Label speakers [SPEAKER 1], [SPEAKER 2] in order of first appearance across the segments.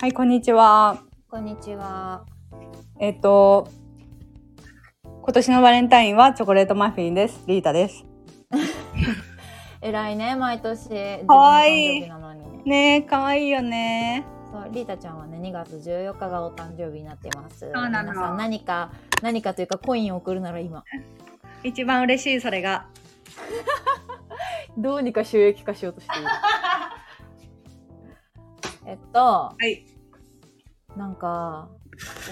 [SPEAKER 1] はい、こんにちは。
[SPEAKER 2] こんにちは。
[SPEAKER 1] えっ、と、今年のバレンタインはチョコレートマフィンです。リータです。
[SPEAKER 2] 偉いね、毎年。
[SPEAKER 1] かわいい
[SPEAKER 2] 自分の誕生日なのに。
[SPEAKER 1] ねえ、かわいいよね。
[SPEAKER 2] そう、リータちゃんはね、2月14日がお誕生日になってます。
[SPEAKER 1] うなの
[SPEAKER 2] 皆さん何か、何かというか、コインを送るなら今。
[SPEAKER 1] 一番嬉しい、それが。
[SPEAKER 2] どうにか収益 化しようとしている。えっと、
[SPEAKER 1] はい。
[SPEAKER 2] なんか、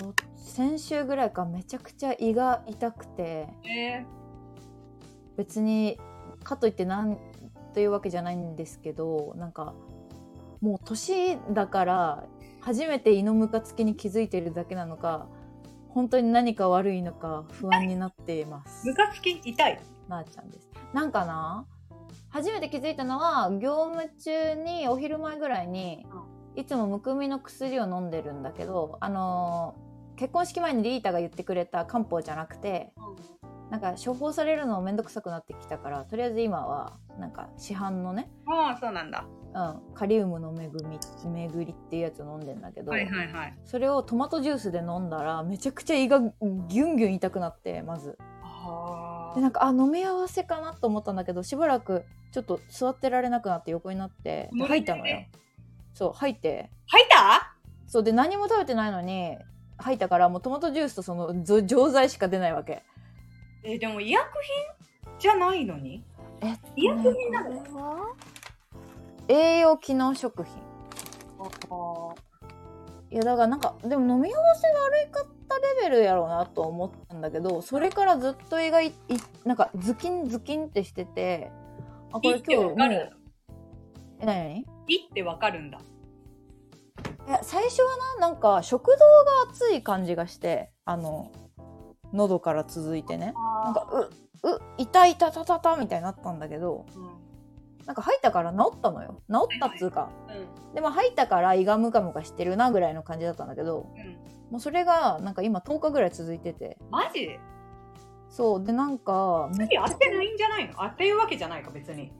[SPEAKER 2] お先週ぐらいかめちゃくちゃ胃が痛くて、
[SPEAKER 1] え
[SPEAKER 2] 別に、かといってなんというわけじゃないんですけど、なんか、もう年だから、初めて胃のムカつきに気づいているだけなのか、本当に何か悪いのか不安になっています。
[SPEAKER 1] ムカつき痛い。
[SPEAKER 2] なあちゃんです。なんかな初めて気づいたのは業務中にお昼前ぐらいにいつもむくみの薬を飲んでるんだけどあのー結婚式前にリータが言ってくれた漢方じゃなくてなんか処方されるのめんどくさくなってきたからとりあえず今はなんか市販のね、
[SPEAKER 1] ああ、そうなんだ。
[SPEAKER 2] うん、カリウムの恵み巡りっていうやつを飲んでんだけど、
[SPEAKER 1] はいはいはい。
[SPEAKER 2] それをトマトジュースで飲んだらめちゃくちゃ胃がギュンギュン痛くなってまず
[SPEAKER 1] あ
[SPEAKER 2] でなんかあ飲み合わせかなと思ったんだけどしばらくちょっと座ってられなくなって横になって
[SPEAKER 1] 無理
[SPEAKER 2] 吐いたのよそう吐いて
[SPEAKER 1] 吐いた
[SPEAKER 2] そうで何も食べてないのに吐いたからもうトマトジュースとそのぞ錠剤しか出ないわけ
[SPEAKER 1] えでも医薬品じゃないのに
[SPEAKER 2] え
[SPEAKER 1] 医薬品なの
[SPEAKER 2] 栄養機能食品いやだからなんかでも飲み合わせ悪いかったレベルやろうなと思ったんだけどそれからずっと胃がいいなんかズキンズキンってしててあこ
[SPEAKER 1] いい
[SPEAKER 2] れ
[SPEAKER 1] って
[SPEAKER 2] 今日
[SPEAKER 1] わかる
[SPEAKER 2] え何何
[SPEAKER 1] いいってわかるんだ。
[SPEAKER 2] いや最初はななんか食道が熱い感じがしてあの喉から続いてねなんかうう痛いたたたたみたいになったんだけど
[SPEAKER 1] うん。
[SPEAKER 2] なんか吐いたから治ったのよ治ったっつうか
[SPEAKER 1] うん。
[SPEAKER 2] でも吐いたから胃がムカムカしてるなぐらいの感じだったんだけど
[SPEAKER 1] うん。
[SPEAKER 2] もうそれがなんか今10日ぐらい続いてて
[SPEAKER 1] マジ
[SPEAKER 2] そうでなんかめっ
[SPEAKER 1] 当てないんじゃないの当ていうわけじゃないか、別に。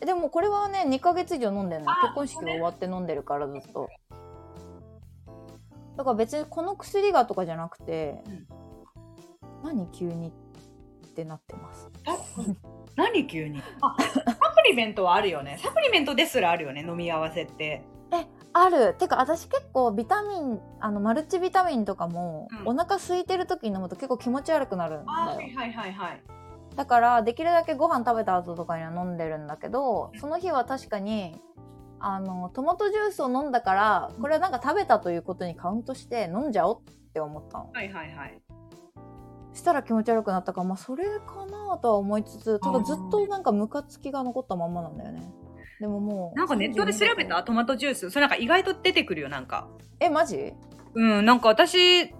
[SPEAKER 2] でもこれはね2ヶ月以上飲んでんの
[SPEAKER 1] あー
[SPEAKER 2] 結婚式が終わって飲んでるからずっとだから別にこの薬がとかじゃなくて、
[SPEAKER 1] うん
[SPEAKER 2] 何急にってなってます
[SPEAKER 1] あ何急にあサプリメントはあるよねサプリメントですらあるよね飲み合わせって
[SPEAKER 2] あるてか私結構ビタミンあのマルチビタミンとかも、
[SPEAKER 1] うん
[SPEAKER 2] お腹空いてる時に飲むと結構気持ち悪くなるんだよ
[SPEAKER 1] はいはいはい
[SPEAKER 2] だからできるだけご飯食べた後とかには飲んでるんだけどその日は確かにあのトマトジュースを飲んだからこれはなんか食べたということにカウントして飲んじゃおうって思ったの
[SPEAKER 1] はいはいはい
[SPEAKER 2] したら気持ち悪くなったからまあそれかなとは思いつつただずっとなんかムカつきが残ったまんまなんだよねでももう
[SPEAKER 1] なんかネットで調べたトマトジュースそれなんか意外と出てくるよなんか
[SPEAKER 2] えマジ
[SPEAKER 1] うんなんか私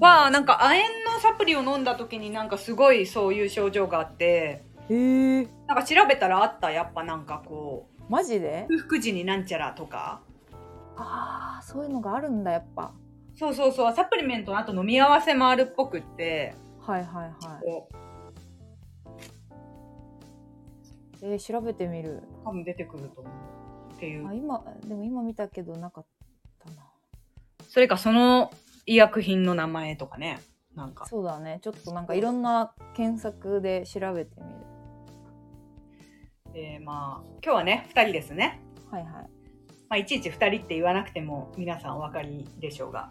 [SPEAKER 1] はなんか亜鉛のサプリを飲んだ時になんかすごいそういう症状があって
[SPEAKER 2] へえ
[SPEAKER 1] なんか調べたらあったやっぱなんかこう
[SPEAKER 2] マジで
[SPEAKER 1] 空腹時になんちゃらとか
[SPEAKER 2] ああそういうのがあるんだやっぱ
[SPEAKER 1] そうそうそうサプリメントのあと飲み合わせもあるっぽくって
[SPEAKER 2] はいはいはい
[SPEAKER 1] こう
[SPEAKER 2] えー調べてみる
[SPEAKER 1] 多分出てくると思うっていう
[SPEAKER 2] あ今でも今見たけどなかったな
[SPEAKER 1] それかその医薬品の名前とかね。なんか。
[SPEAKER 2] そうだねちょっとなんかいろんな検索で調べてみる
[SPEAKER 1] で、まあ、今日はね、2人ですね。
[SPEAKER 2] はいはい
[SPEAKER 1] まあ、いちいち2人って言わなくても皆さんお分かりでしょう が。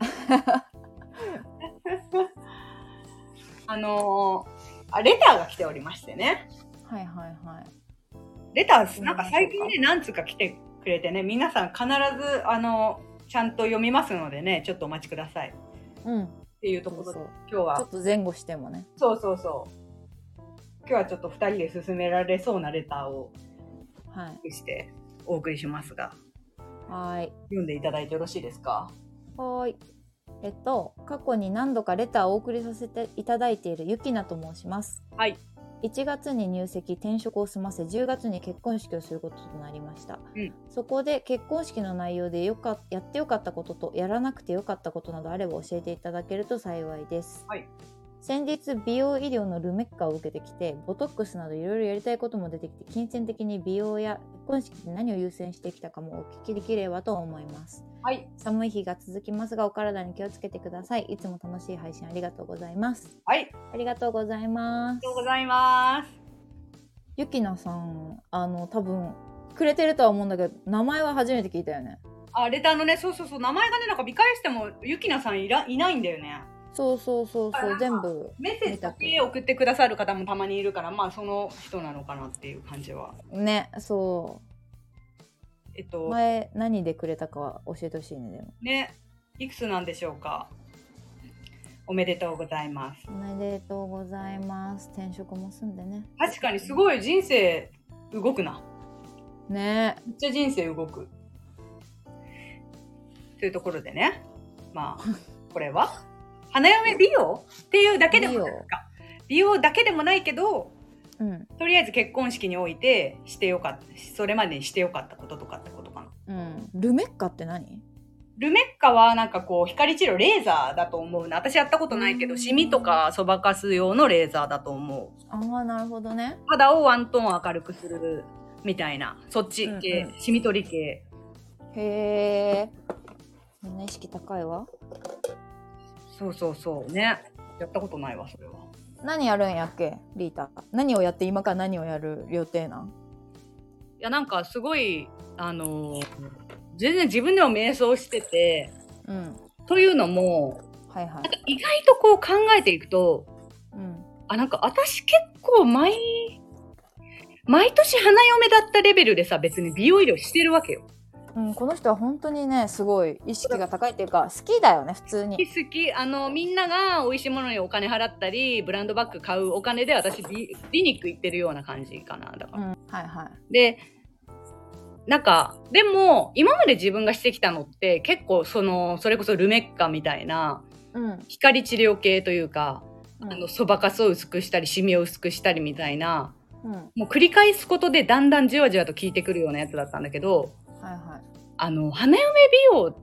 [SPEAKER 1] あのーあ、レターが来ておりましてね。
[SPEAKER 2] はいはいはい
[SPEAKER 1] レター、なんか最近ね、何通か来てくれてね、皆さん必ず、あのちゃんと読みますのでね、ちょっとお待ちください。っ
[SPEAKER 2] うん
[SPEAKER 1] ていうと
[SPEAKER 2] そ
[SPEAKER 1] こ
[SPEAKER 2] う
[SPEAKER 1] ろで
[SPEAKER 2] そう、
[SPEAKER 1] 今日
[SPEAKER 2] ちょ
[SPEAKER 1] は
[SPEAKER 2] っ、と前後してもね
[SPEAKER 1] そうそうそう。今日はちょっと2人で進められそうなレターを
[SPEAKER 2] はい
[SPEAKER 1] してお送りしますが
[SPEAKER 2] はーい
[SPEAKER 1] 読んでいただいてよろしいですか
[SPEAKER 2] はーいえっと過去に何度かレターをお送りさせていただいているゆきなと申します
[SPEAKER 1] はい
[SPEAKER 2] 1月に入籍転職を済ませ10月に結婚式をすることとなりました、
[SPEAKER 1] うん
[SPEAKER 2] そこで結婚式の内容でよかやってよかったこととやらなくてよかったことなどあれば教えていただけると幸いです、
[SPEAKER 1] はい
[SPEAKER 2] 先日美容医療のルメッカを受けてきてボトックスなどいろいろやりたいことも出てきて金銭的に美容や結婚式で何を優先してきたかもお聞きできればと思います
[SPEAKER 1] はい。
[SPEAKER 2] 寒い日が続きますがお体に気をつけてくださいいつも楽しい配信ありがとうございます
[SPEAKER 1] はい。ありが
[SPEAKER 2] ありがとうございます
[SPEAKER 1] とうございます。
[SPEAKER 2] ゆきなさんあの多分くれてるとは思うんだけど名前は初めて聞いたよね
[SPEAKER 1] あ、レターのね、そうそうそう、名前がね、なんか見返しても、ゆきなさんいらいないんだよね。
[SPEAKER 2] そうそうそう
[SPEAKER 1] あ
[SPEAKER 2] そ
[SPEAKER 1] な
[SPEAKER 2] うん
[SPEAKER 1] か
[SPEAKER 2] 全部
[SPEAKER 1] メッセージだけ送ってくださる方もたまにいるから、まあ、その人なのかなっていう感じは。
[SPEAKER 2] ねそ
[SPEAKER 1] えっ
[SPEAKER 2] う
[SPEAKER 1] と、
[SPEAKER 2] 前何でくれたかは教えてほしいねでも
[SPEAKER 1] ね、いくつなんでしょうか。おめでとうございます
[SPEAKER 2] お。めでとうございます転職も済んでね
[SPEAKER 1] 確かにすごい人生動くな。
[SPEAKER 2] ね
[SPEAKER 1] めっちゃ人生動く。というところでね、まあ、これは、花嫁美容っていうだけでもないか。美容だけでもないけど、
[SPEAKER 2] うん
[SPEAKER 1] とりあえず結婚式においてしてよかった、それまでにしてよかったこととかってことかな。
[SPEAKER 2] うんルメッカって何
[SPEAKER 1] ルメッカはなんかこう光治療レーザーだと思うな。私やったことないけど、シミとかそばかす用のレーザーだと思う。
[SPEAKER 2] ああなるほどね
[SPEAKER 1] 肌をワントーン明るくするみたいな、そっち系、
[SPEAKER 2] うんう
[SPEAKER 1] シミ取り系。
[SPEAKER 2] へえみんな意識高いわ
[SPEAKER 1] そうそうそうね。やったことないわ、それは。
[SPEAKER 2] 何やるんやっけリータ何をやって今から何をやる予定なん
[SPEAKER 1] いや、なんかすごい、あのー全然自分でも瞑想してて、
[SPEAKER 2] うん
[SPEAKER 1] というのも、
[SPEAKER 2] はいはい
[SPEAKER 1] なんか意外とこう考えていくと、
[SPEAKER 2] うん
[SPEAKER 1] あ、なんか私結構毎、毎年花嫁だったレベルでさ、別に美容医療してるわけよ。
[SPEAKER 2] うん、この人は本当にねすごい意識が高いっていうか好きだよね普通に
[SPEAKER 1] 好き、あの、みんなが美味しいものにお金払ったり、ブランドバッグ買うお金で私美、美肉行ってるような感じかな。だから
[SPEAKER 2] うんはいはい
[SPEAKER 1] で、なんか、でも、今まで自分がしてきたのって、結構、その、それこそルメッカみたいな、
[SPEAKER 2] うん、うん
[SPEAKER 1] 光治療系というか、あの、そばかすを薄くしたり、シミを薄くしたりみたいな、
[SPEAKER 2] うん、はい
[SPEAKER 1] もう繰り返すことでだんだんじわじわと効いてくるようなやつだったんだけど、
[SPEAKER 2] は
[SPEAKER 1] あの、花嫁美容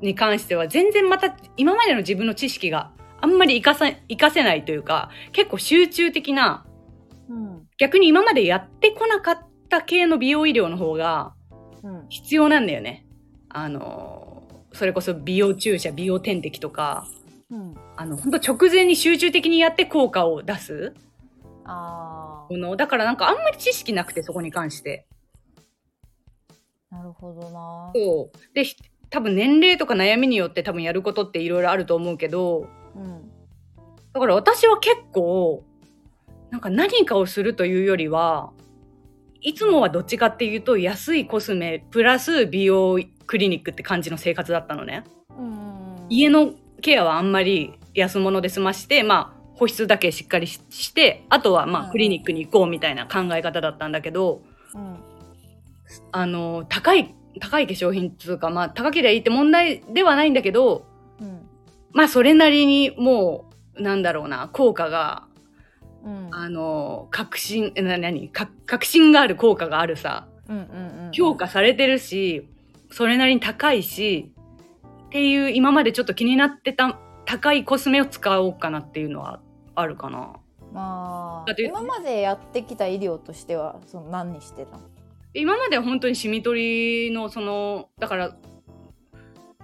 [SPEAKER 1] に関しては全然また今までの自分の知識があんまり活かせ、活かせないというか、結構集中的な、
[SPEAKER 2] いうん
[SPEAKER 1] 逆に今までやってこなかった系の美容医療の方が、
[SPEAKER 2] うん
[SPEAKER 1] 必要なんだよね。あの、それこそ美容注射、美容点滴とか、
[SPEAKER 2] うん
[SPEAKER 1] あの、ほんと直前に集中的にやって効果を出す
[SPEAKER 2] あ
[SPEAKER 1] もの。だからなんかあんまり知識なくて、そこに関して。
[SPEAKER 2] あなるほどな
[SPEAKER 1] そう。で、ひ多分年齢とか悩みによって多分やることっていろいろあると思うけど、
[SPEAKER 2] うん
[SPEAKER 1] だから私は結構、なんか何かをするというよりは、いつもはどっちかっていうと安いコスメプラス美容クリニックって感じの生活だったのね。
[SPEAKER 2] うん
[SPEAKER 1] 家のケアはあんまり安物で済まして、まあ保湿だけしっかりしして、あとは
[SPEAKER 2] うん
[SPEAKER 1] ま
[SPEAKER 2] う
[SPEAKER 1] あ
[SPEAKER 2] ん
[SPEAKER 1] クリニックに行こうみたいな考え方だったんだけど、
[SPEAKER 2] うん
[SPEAKER 1] あの、高い、高い化粧品っていうか、まあ高ければいいって問題ではないんだけど、
[SPEAKER 2] うん
[SPEAKER 1] まあそれなりにもう、なんだろうな、効果が
[SPEAKER 2] うん
[SPEAKER 1] あの確信えな何か確信がある効果があるさ
[SPEAKER 2] うんうんうん
[SPEAKER 1] 評価されてるしそれなりに高いしっていう今までちょっと気になってた高いコスメを使おうかなっていうのはあるかな
[SPEAKER 2] まあ
[SPEAKER 1] だって
[SPEAKER 2] 今までやってきた医療としてはその何にしてたの
[SPEAKER 1] 今までは本当にシミ取りのそのだから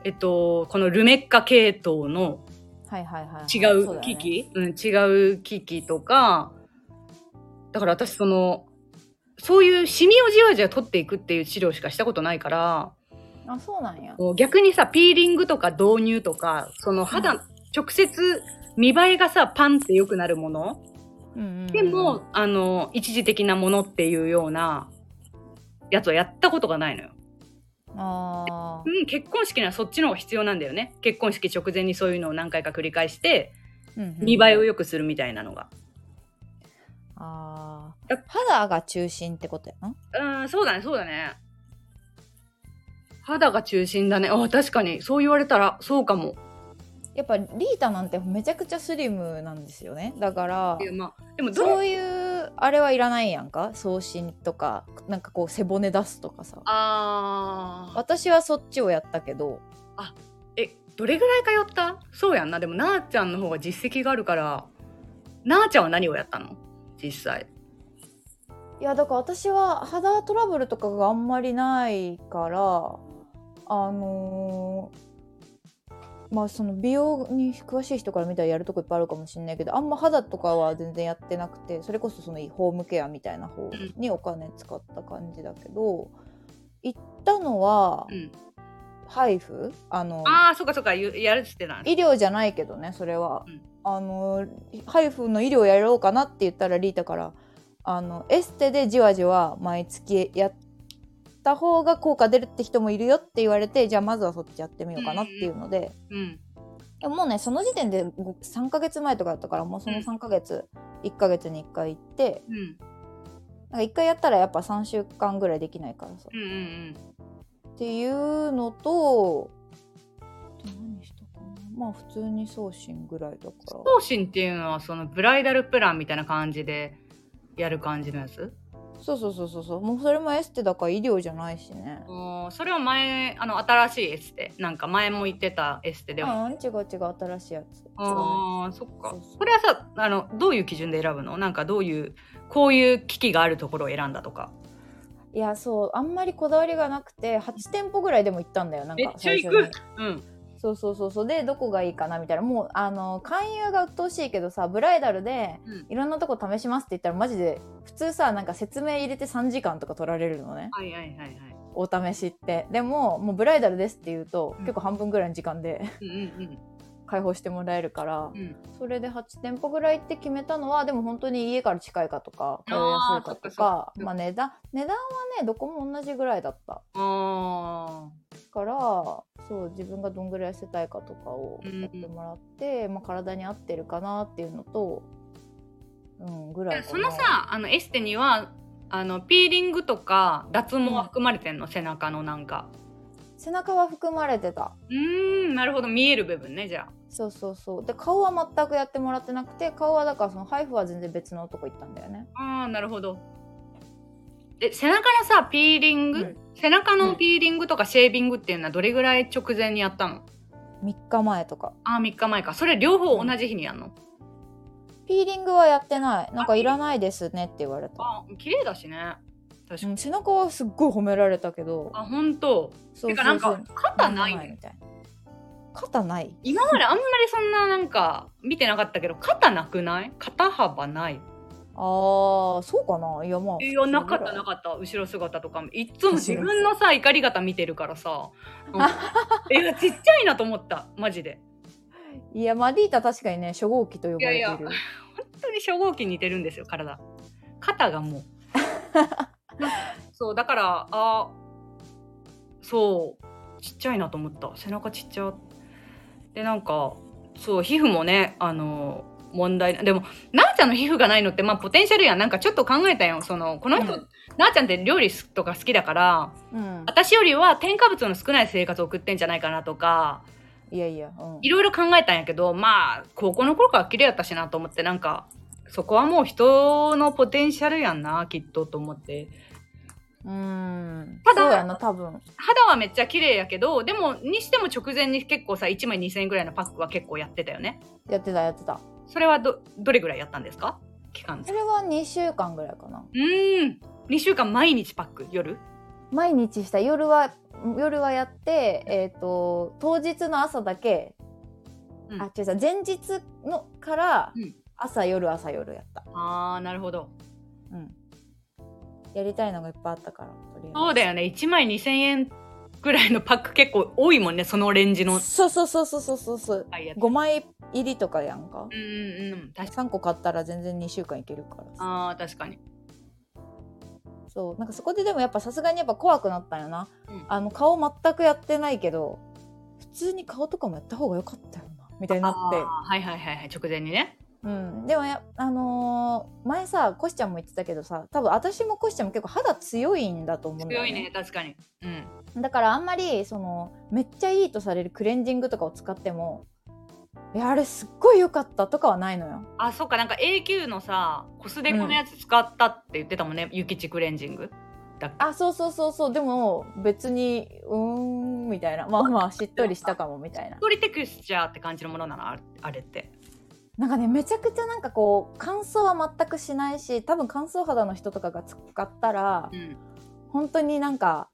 [SPEAKER 1] えっとこのルメッカ系統の
[SPEAKER 2] はいはいはい
[SPEAKER 1] 違
[SPEAKER 2] そうだよね
[SPEAKER 1] 機器う、ん、違う機器とか、だから私その、そういうシミをじわじわ取っていくっていう治療しかしたことないから、
[SPEAKER 2] あそうなんや
[SPEAKER 1] こう逆にさ、ピーリングとか導入とか、その肌、
[SPEAKER 2] うん
[SPEAKER 1] 直接見栄えがさ、パンって良くなるもので
[SPEAKER 2] で
[SPEAKER 1] も、あの、一時的なものっていうようなやつはやったことがないのよ。
[SPEAKER 2] あー
[SPEAKER 1] うん、結婚式にはそっちの方が必要なんだよね。結婚式直前にそういうのを何回か繰り返して、
[SPEAKER 2] うんうん
[SPEAKER 1] 見栄えを良くするみたいなのが。
[SPEAKER 2] あー
[SPEAKER 1] だ
[SPEAKER 2] 肌が中心ってことやな
[SPEAKER 1] うん、そうだね、そうだね。肌が中心だね。あ、確かに。そう言われたら、そうかも。
[SPEAKER 2] やっぱリータなんてめちゃくちゃスリムなんですよねだから
[SPEAKER 1] いや、まあ、でもど、
[SPEAKER 2] そうういうあれはいらないやんか送信とかなんかこう背骨出すとかさ
[SPEAKER 1] あー
[SPEAKER 2] 私はそっちをやったけど
[SPEAKER 1] え、どれぐらい通ったそうやんな。でも、なあちゃんの方が実績があるから、なあちゃんは何をやったの実際。
[SPEAKER 2] いやだから私は肌トラブルとかがあんまりないからあのーまあその美容に詳しい人から見たらやるとこいっぱいあるかもしれないけどあんま肌とかは全然やってなくてそれこそそのホームケアみたいな方にお金使った感じだけど行ったのは
[SPEAKER 1] うん、
[SPEAKER 2] ハイフあの
[SPEAKER 1] ああ、そうかそうか、ゆやるっつってたん
[SPEAKER 2] 医療じゃないけどねそれは、
[SPEAKER 1] うん
[SPEAKER 2] あのハイフの医療やろうかなって言ったらリータからあのエステでじわじわ毎月やった方が効果出るって人もいるよって言われてじゃあまずはそっちやってみようかなっていうので、
[SPEAKER 1] うん。
[SPEAKER 2] でももうねその時点でご3ヶ月前とかだったからもうその3ヶ月、1ヶ月に1回行って
[SPEAKER 1] うん。
[SPEAKER 2] なんか1回やったらやっぱ3週間ぐらいできないからさ、
[SPEAKER 1] うんうん
[SPEAKER 2] っていうのとあと何したかなまあ普通に送信ぐらいだから。
[SPEAKER 1] うん。送信っていうのは、そのブライダルプランみたいな感じでやる感じのやつ
[SPEAKER 2] そうそうそうそうそうもうそれもエステだから医療じゃないしね
[SPEAKER 1] おーそれは前、あの、新しいエステ。なんか前も言ってたエステでは。
[SPEAKER 2] うん違う違う新しいやつ
[SPEAKER 1] ああ、そっか
[SPEAKER 2] そうそう。
[SPEAKER 1] これはさ、あの、どういう基準で選ぶのなんかどういう、こういう機器があるところを選んだとか。
[SPEAKER 2] いやそうあんまりこだわりがなくて8店舗ぐらいでも行ったんだよなん
[SPEAKER 1] めっ
[SPEAKER 2] か
[SPEAKER 1] ちゃ
[SPEAKER 2] 最
[SPEAKER 1] 行
[SPEAKER 2] 初
[SPEAKER 1] く
[SPEAKER 2] に。
[SPEAKER 1] うん。
[SPEAKER 2] そうそうそうそうでどこがいいかなみたいなもうあの勧誘が鬱陶しいけどさブライダルで
[SPEAKER 1] うん
[SPEAKER 2] いろんなとこ試しますって言ったらマジで普通さなんか説明入れて3時間とか取られるのね
[SPEAKER 1] はいはいはいはい。
[SPEAKER 2] お試しってでももうブライダルですって言うと、
[SPEAKER 1] うん
[SPEAKER 2] 結構半分ぐらいの時間で
[SPEAKER 1] うんうん
[SPEAKER 2] 解放してもらえるから
[SPEAKER 1] うん。うん。
[SPEAKER 2] それで8店舗ぐらいって決めたのはでも本当に家から近いかとか通いやすいか
[SPEAKER 1] あーそっか
[SPEAKER 2] と
[SPEAKER 1] そっ
[SPEAKER 2] か
[SPEAKER 1] かうん
[SPEAKER 2] まあ値段値段はねどこも同じぐらいだった
[SPEAKER 1] ああ。
[SPEAKER 2] からそう自分がどんぐらい痩せたいかとかを
[SPEAKER 1] うん
[SPEAKER 2] やってもらって、まあ、体に合ってるかなっていうのとうんぐらいかな
[SPEAKER 1] そのさあのエステにはあのピーリングとか脱毛は含まれてんの、背中のなんか
[SPEAKER 2] 背中は含まれてた
[SPEAKER 1] うーんなるほど見える部分ねじゃあ
[SPEAKER 2] そうそうそうで顔は全くやってもらってなくて顔はだからそのハイフは全然別のとこ行ったんだよね
[SPEAKER 1] あーなるほどで背中のさピーリング、
[SPEAKER 2] うん
[SPEAKER 1] 背中のピーリングとかシェービングっていうのはどれぐらい直前にやったの
[SPEAKER 2] 3日前とか
[SPEAKER 1] あー3日前かそれ両方同じ日にやるの、
[SPEAKER 2] ピーリングはやってないなんかいらないですねって言われた
[SPEAKER 1] あー綺麗だしね確か
[SPEAKER 2] う
[SPEAKER 1] に、
[SPEAKER 2] ん背中はすっごい褒められたけど
[SPEAKER 1] あ本当
[SPEAKER 2] そ
[SPEAKER 1] てかなんか肩ない
[SPEAKER 2] み
[SPEAKER 1] ね
[SPEAKER 2] たいな肩ない
[SPEAKER 1] 今まであんまりそんななんか見てなかったけど肩なくない肩幅ない
[SPEAKER 2] あーそうかないやまあ
[SPEAKER 1] いやなかったな
[SPEAKER 2] っ
[SPEAKER 1] かった後ろ姿とかもいっつも自分のさ怒り方見てるからさ、 うんいやちっちゃいなと思ったマジで
[SPEAKER 2] たいやマディータ確かにね初号機と呼ばれている
[SPEAKER 1] いやいや本当に初号機に似てるんですよ体肩が もうなそうだからあそうちっちゃいなと思った背中ちっちゃでなんかそう皮膚もねあの問題でもなあちゃんの皮膚がないのってまあポテンシャルやんなんかちょっと考えたよそのこの人、
[SPEAKER 2] うん
[SPEAKER 1] なあちゃんって料理とか好きだから
[SPEAKER 2] うん、
[SPEAKER 1] 私よりは添加物の少ない生活を送ってんじゃないかなとか
[SPEAKER 2] いやいや、うん
[SPEAKER 1] いろいろ考えたんやけどまあ高校の頃から綺麗やったしなと思ってなんかそこはもう人のポテンシャルやんなきっとと思って
[SPEAKER 2] うーん
[SPEAKER 1] ただ
[SPEAKER 2] そうやな多分
[SPEAKER 1] 肌はめっちゃ綺麗やけどでもにしても直前に結構さ1枚2000円ぐらいのパックは結構やってたよね
[SPEAKER 2] やってたやってた
[SPEAKER 1] それはどどれぐらいやったんですか期間で
[SPEAKER 2] それは2週間ぐらいかな
[SPEAKER 1] うーん2週間毎日パック夜
[SPEAKER 2] 毎日した夜は夜はやってえっ、と当日の朝だけ、
[SPEAKER 1] うん
[SPEAKER 2] あ違う違う前日のから
[SPEAKER 1] うん
[SPEAKER 2] 朝夜朝夜やった
[SPEAKER 1] あーなるほど
[SPEAKER 2] うんやりたいのがいっぱいあったからとりあえず
[SPEAKER 1] そうだよね1枚2000円ぐらいのパック結構多いもんねそのレンジの
[SPEAKER 2] そうそうそうそうそうそうそう
[SPEAKER 1] はいやつ
[SPEAKER 2] 5枚入りとかやんか
[SPEAKER 1] うんうんうん確か
[SPEAKER 2] 3個買ったら全然2週間いけるからさ
[SPEAKER 1] あー確かに
[SPEAKER 2] そうなんかそこででもやっぱさすがにやっぱ怖くなったよな、
[SPEAKER 1] うん
[SPEAKER 2] あの顔全くやってないけど普通に顔とかもやった方が良かったよなみたいになって
[SPEAKER 1] あーはいはいはいはい直前にね
[SPEAKER 2] うん、でもや、あのー前さコシちゃんも言ってたけどさ多分私もコシちゃんも結構肌強いんだと思うんだよ
[SPEAKER 1] 強
[SPEAKER 2] ね
[SPEAKER 1] いね確かにうん
[SPEAKER 2] だからあんまりそのめっちゃいいとされるクレンジングとかを使ってもいやあれすっごい良かったとかはないのよ
[SPEAKER 1] あそっかなんか AQ のさコスデコのやつ使ったって言ってたもんね、ユキチクレンジングだっけ
[SPEAKER 2] あそうそうそうそうでも別にうーんみたいなまあまあしっとりしたかもみたいな
[SPEAKER 1] 一人テクスチャーって感じのものなのあれあれって
[SPEAKER 2] なんかねめちゃくちゃなんかこう乾燥は全くしないし多分乾燥肌の人とかが使ったら
[SPEAKER 1] うん、
[SPEAKER 2] 本当になんか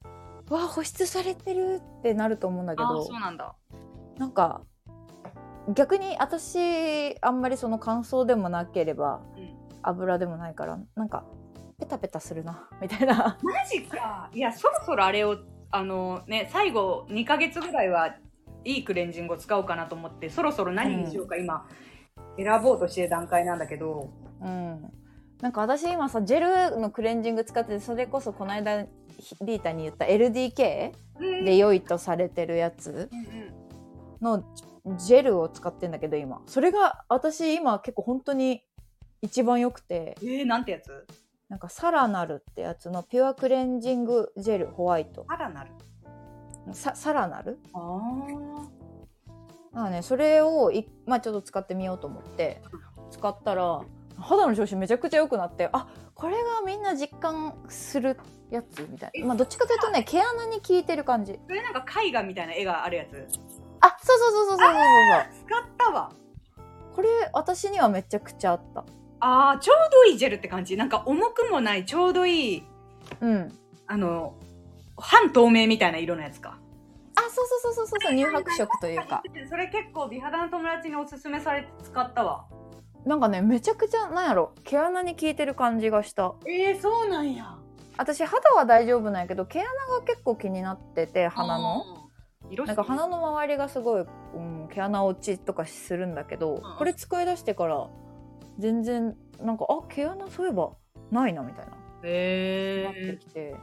[SPEAKER 2] うわ保湿されてるってなると思うんだけ
[SPEAKER 1] ああ
[SPEAKER 2] ど
[SPEAKER 1] そうなんだ
[SPEAKER 2] なんか逆に私あんまりその乾燥でもなければ、
[SPEAKER 1] うん
[SPEAKER 2] 油でもないからなんかペタペタするな みたい な
[SPEAKER 1] マジかいやそろそろあれをあのね最後2ヶ月ぐらいはいいクレンジングを使おうかなと思ってそろそろ何にしようか今、選ぼうとしてる段階なんだけど
[SPEAKER 2] うんなんか私今さジェルのクレンジング使っててそれこそこの間ひリータに言った LDK
[SPEAKER 1] うん
[SPEAKER 2] で良いとされてるやつ
[SPEAKER 1] うんうん
[SPEAKER 2] のジェルを使ってんだけど今それが私今結構本当に一番良くて
[SPEAKER 1] えー、なんてやつ
[SPEAKER 2] なんかサラナルってやつのピュアクレンジングジェルホワイト
[SPEAKER 1] さらなる
[SPEAKER 2] さサラナル
[SPEAKER 1] ああ
[SPEAKER 2] なんかね、それをい、まあ、ちょっと使ってみようと思って使ったら肌の調子めちゃくちゃ良くなってあこれがみんな実感するやつみたいな、まあ、どっちかというとね毛穴に効いてる感じ
[SPEAKER 1] それなんか絵画みたいな絵があるやつ
[SPEAKER 2] あそうそうそうそうそうそうそう
[SPEAKER 1] 使ったわ
[SPEAKER 2] これ私にはめちゃくちゃあった
[SPEAKER 1] あーちょうどいいジェルって感じなんか重くもないちょうどいい
[SPEAKER 2] うん
[SPEAKER 1] あの半透明みたいな色のやつか
[SPEAKER 2] あそうそうそうそうそうそう乳白色というか
[SPEAKER 1] それ結構美肌の友達におすすめされて使ったわ
[SPEAKER 2] なんかねめちゃくちゃなんやろ毛穴に効いてる感じがした
[SPEAKER 1] えー、そうなんや
[SPEAKER 2] 私肌は大丈夫なんやけど毛穴が結構気になってて鼻の。
[SPEAKER 1] うん色
[SPEAKER 2] なんか鼻の周りがすごい、うん、毛穴落ちとかするんだけど、
[SPEAKER 1] ん
[SPEAKER 2] これ使い出してから全然なんかあ毛穴そういえばないなみたいな、
[SPEAKER 1] へ
[SPEAKER 2] なってきて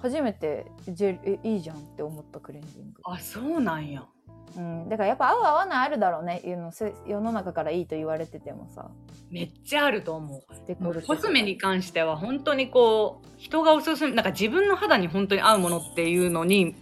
[SPEAKER 2] 初めてジェルえいいじゃんって思ったクレンジング、
[SPEAKER 1] あそうなんや
[SPEAKER 2] うん、だからやっぱ合う合わないあるだろうねいうのせ世の中からいいと言われててもさ
[SPEAKER 1] めっちゃあると思う
[SPEAKER 2] デコルテ
[SPEAKER 1] コスメに関しては本当にこう人がおすすめなんか自分の肌に本当に合うものっていうのに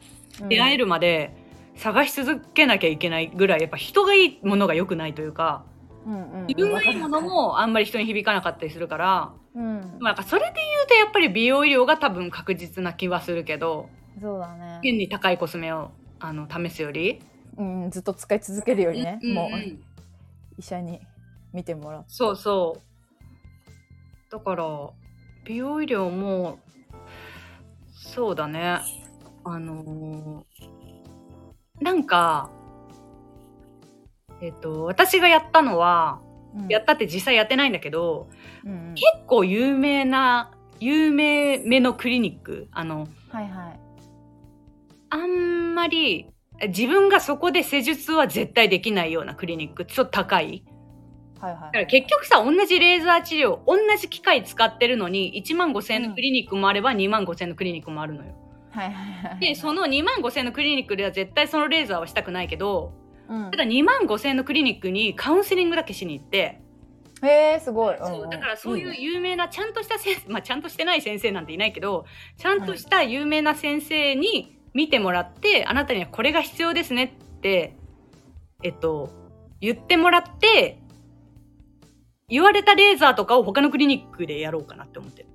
[SPEAKER 1] 出会え
[SPEAKER 2] る、
[SPEAKER 1] るまで探し続けなきゃいけないぐらいやっぱ人がいいものが良くないというか
[SPEAKER 2] うんうんうん
[SPEAKER 1] 自分がいいもの、もあんまり人に響かなかったりするから
[SPEAKER 2] うん
[SPEAKER 1] まあなんかそれで言うとやっぱり美容医療が多分確実な気はするけど
[SPEAKER 2] そうだね、
[SPEAKER 1] 変に高いコスメをあの試すより、
[SPEAKER 2] うん、ずっと使い続けるよりね、
[SPEAKER 1] うん
[SPEAKER 2] もうん医者に見てもらう
[SPEAKER 1] そうそうだから美容医療もそうだねあのーなんかえっと私がやったのは
[SPEAKER 2] うん
[SPEAKER 1] やったって実際やってないんだけど
[SPEAKER 2] うんうん
[SPEAKER 1] 結構有名な有名めのクリニックあの
[SPEAKER 2] はいはい
[SPEAKER 1] あんまり自分がそこで施術は絶対できないようなクリニックちょっと高い
[SPEAKER 2] はいは
[SPEAKER 1] だ
[SPEAKER 2] い
[SPEAKER 1] から結局さ同じレーザー治療同じ機械使ってるのに1万5,000円のクリニックもあれば2万5,000円のクリニックもあるのよ。
[SPEAKER 2] はいはいはいはい
[SPEAKER 1] でその2万5,000円のクリニックでは絶対そのレーザーはしたくないけど
[SPEAKER 2] うん
[SPEAKER 1] ただ2万5,000円のクリニックにカウンセリングだけしに行って、
[SPEAKER 2] へえすごいん
[SPEAKER 1] そ
[SPEAKER 2] ん
[SPEAKER 1] うだからそういう
[SPEAKER 2] ね
[SPEAKER 1] 有名なちゃんとした先生、まあ、ちゃんとしてない先生なんていないけどちゃんとした有名な先生に見てもらって、あなたにはこれが必要ですねって、えっと、言ってもらって言われたレーザーとかを他のクリニックでやろうかなって思ってる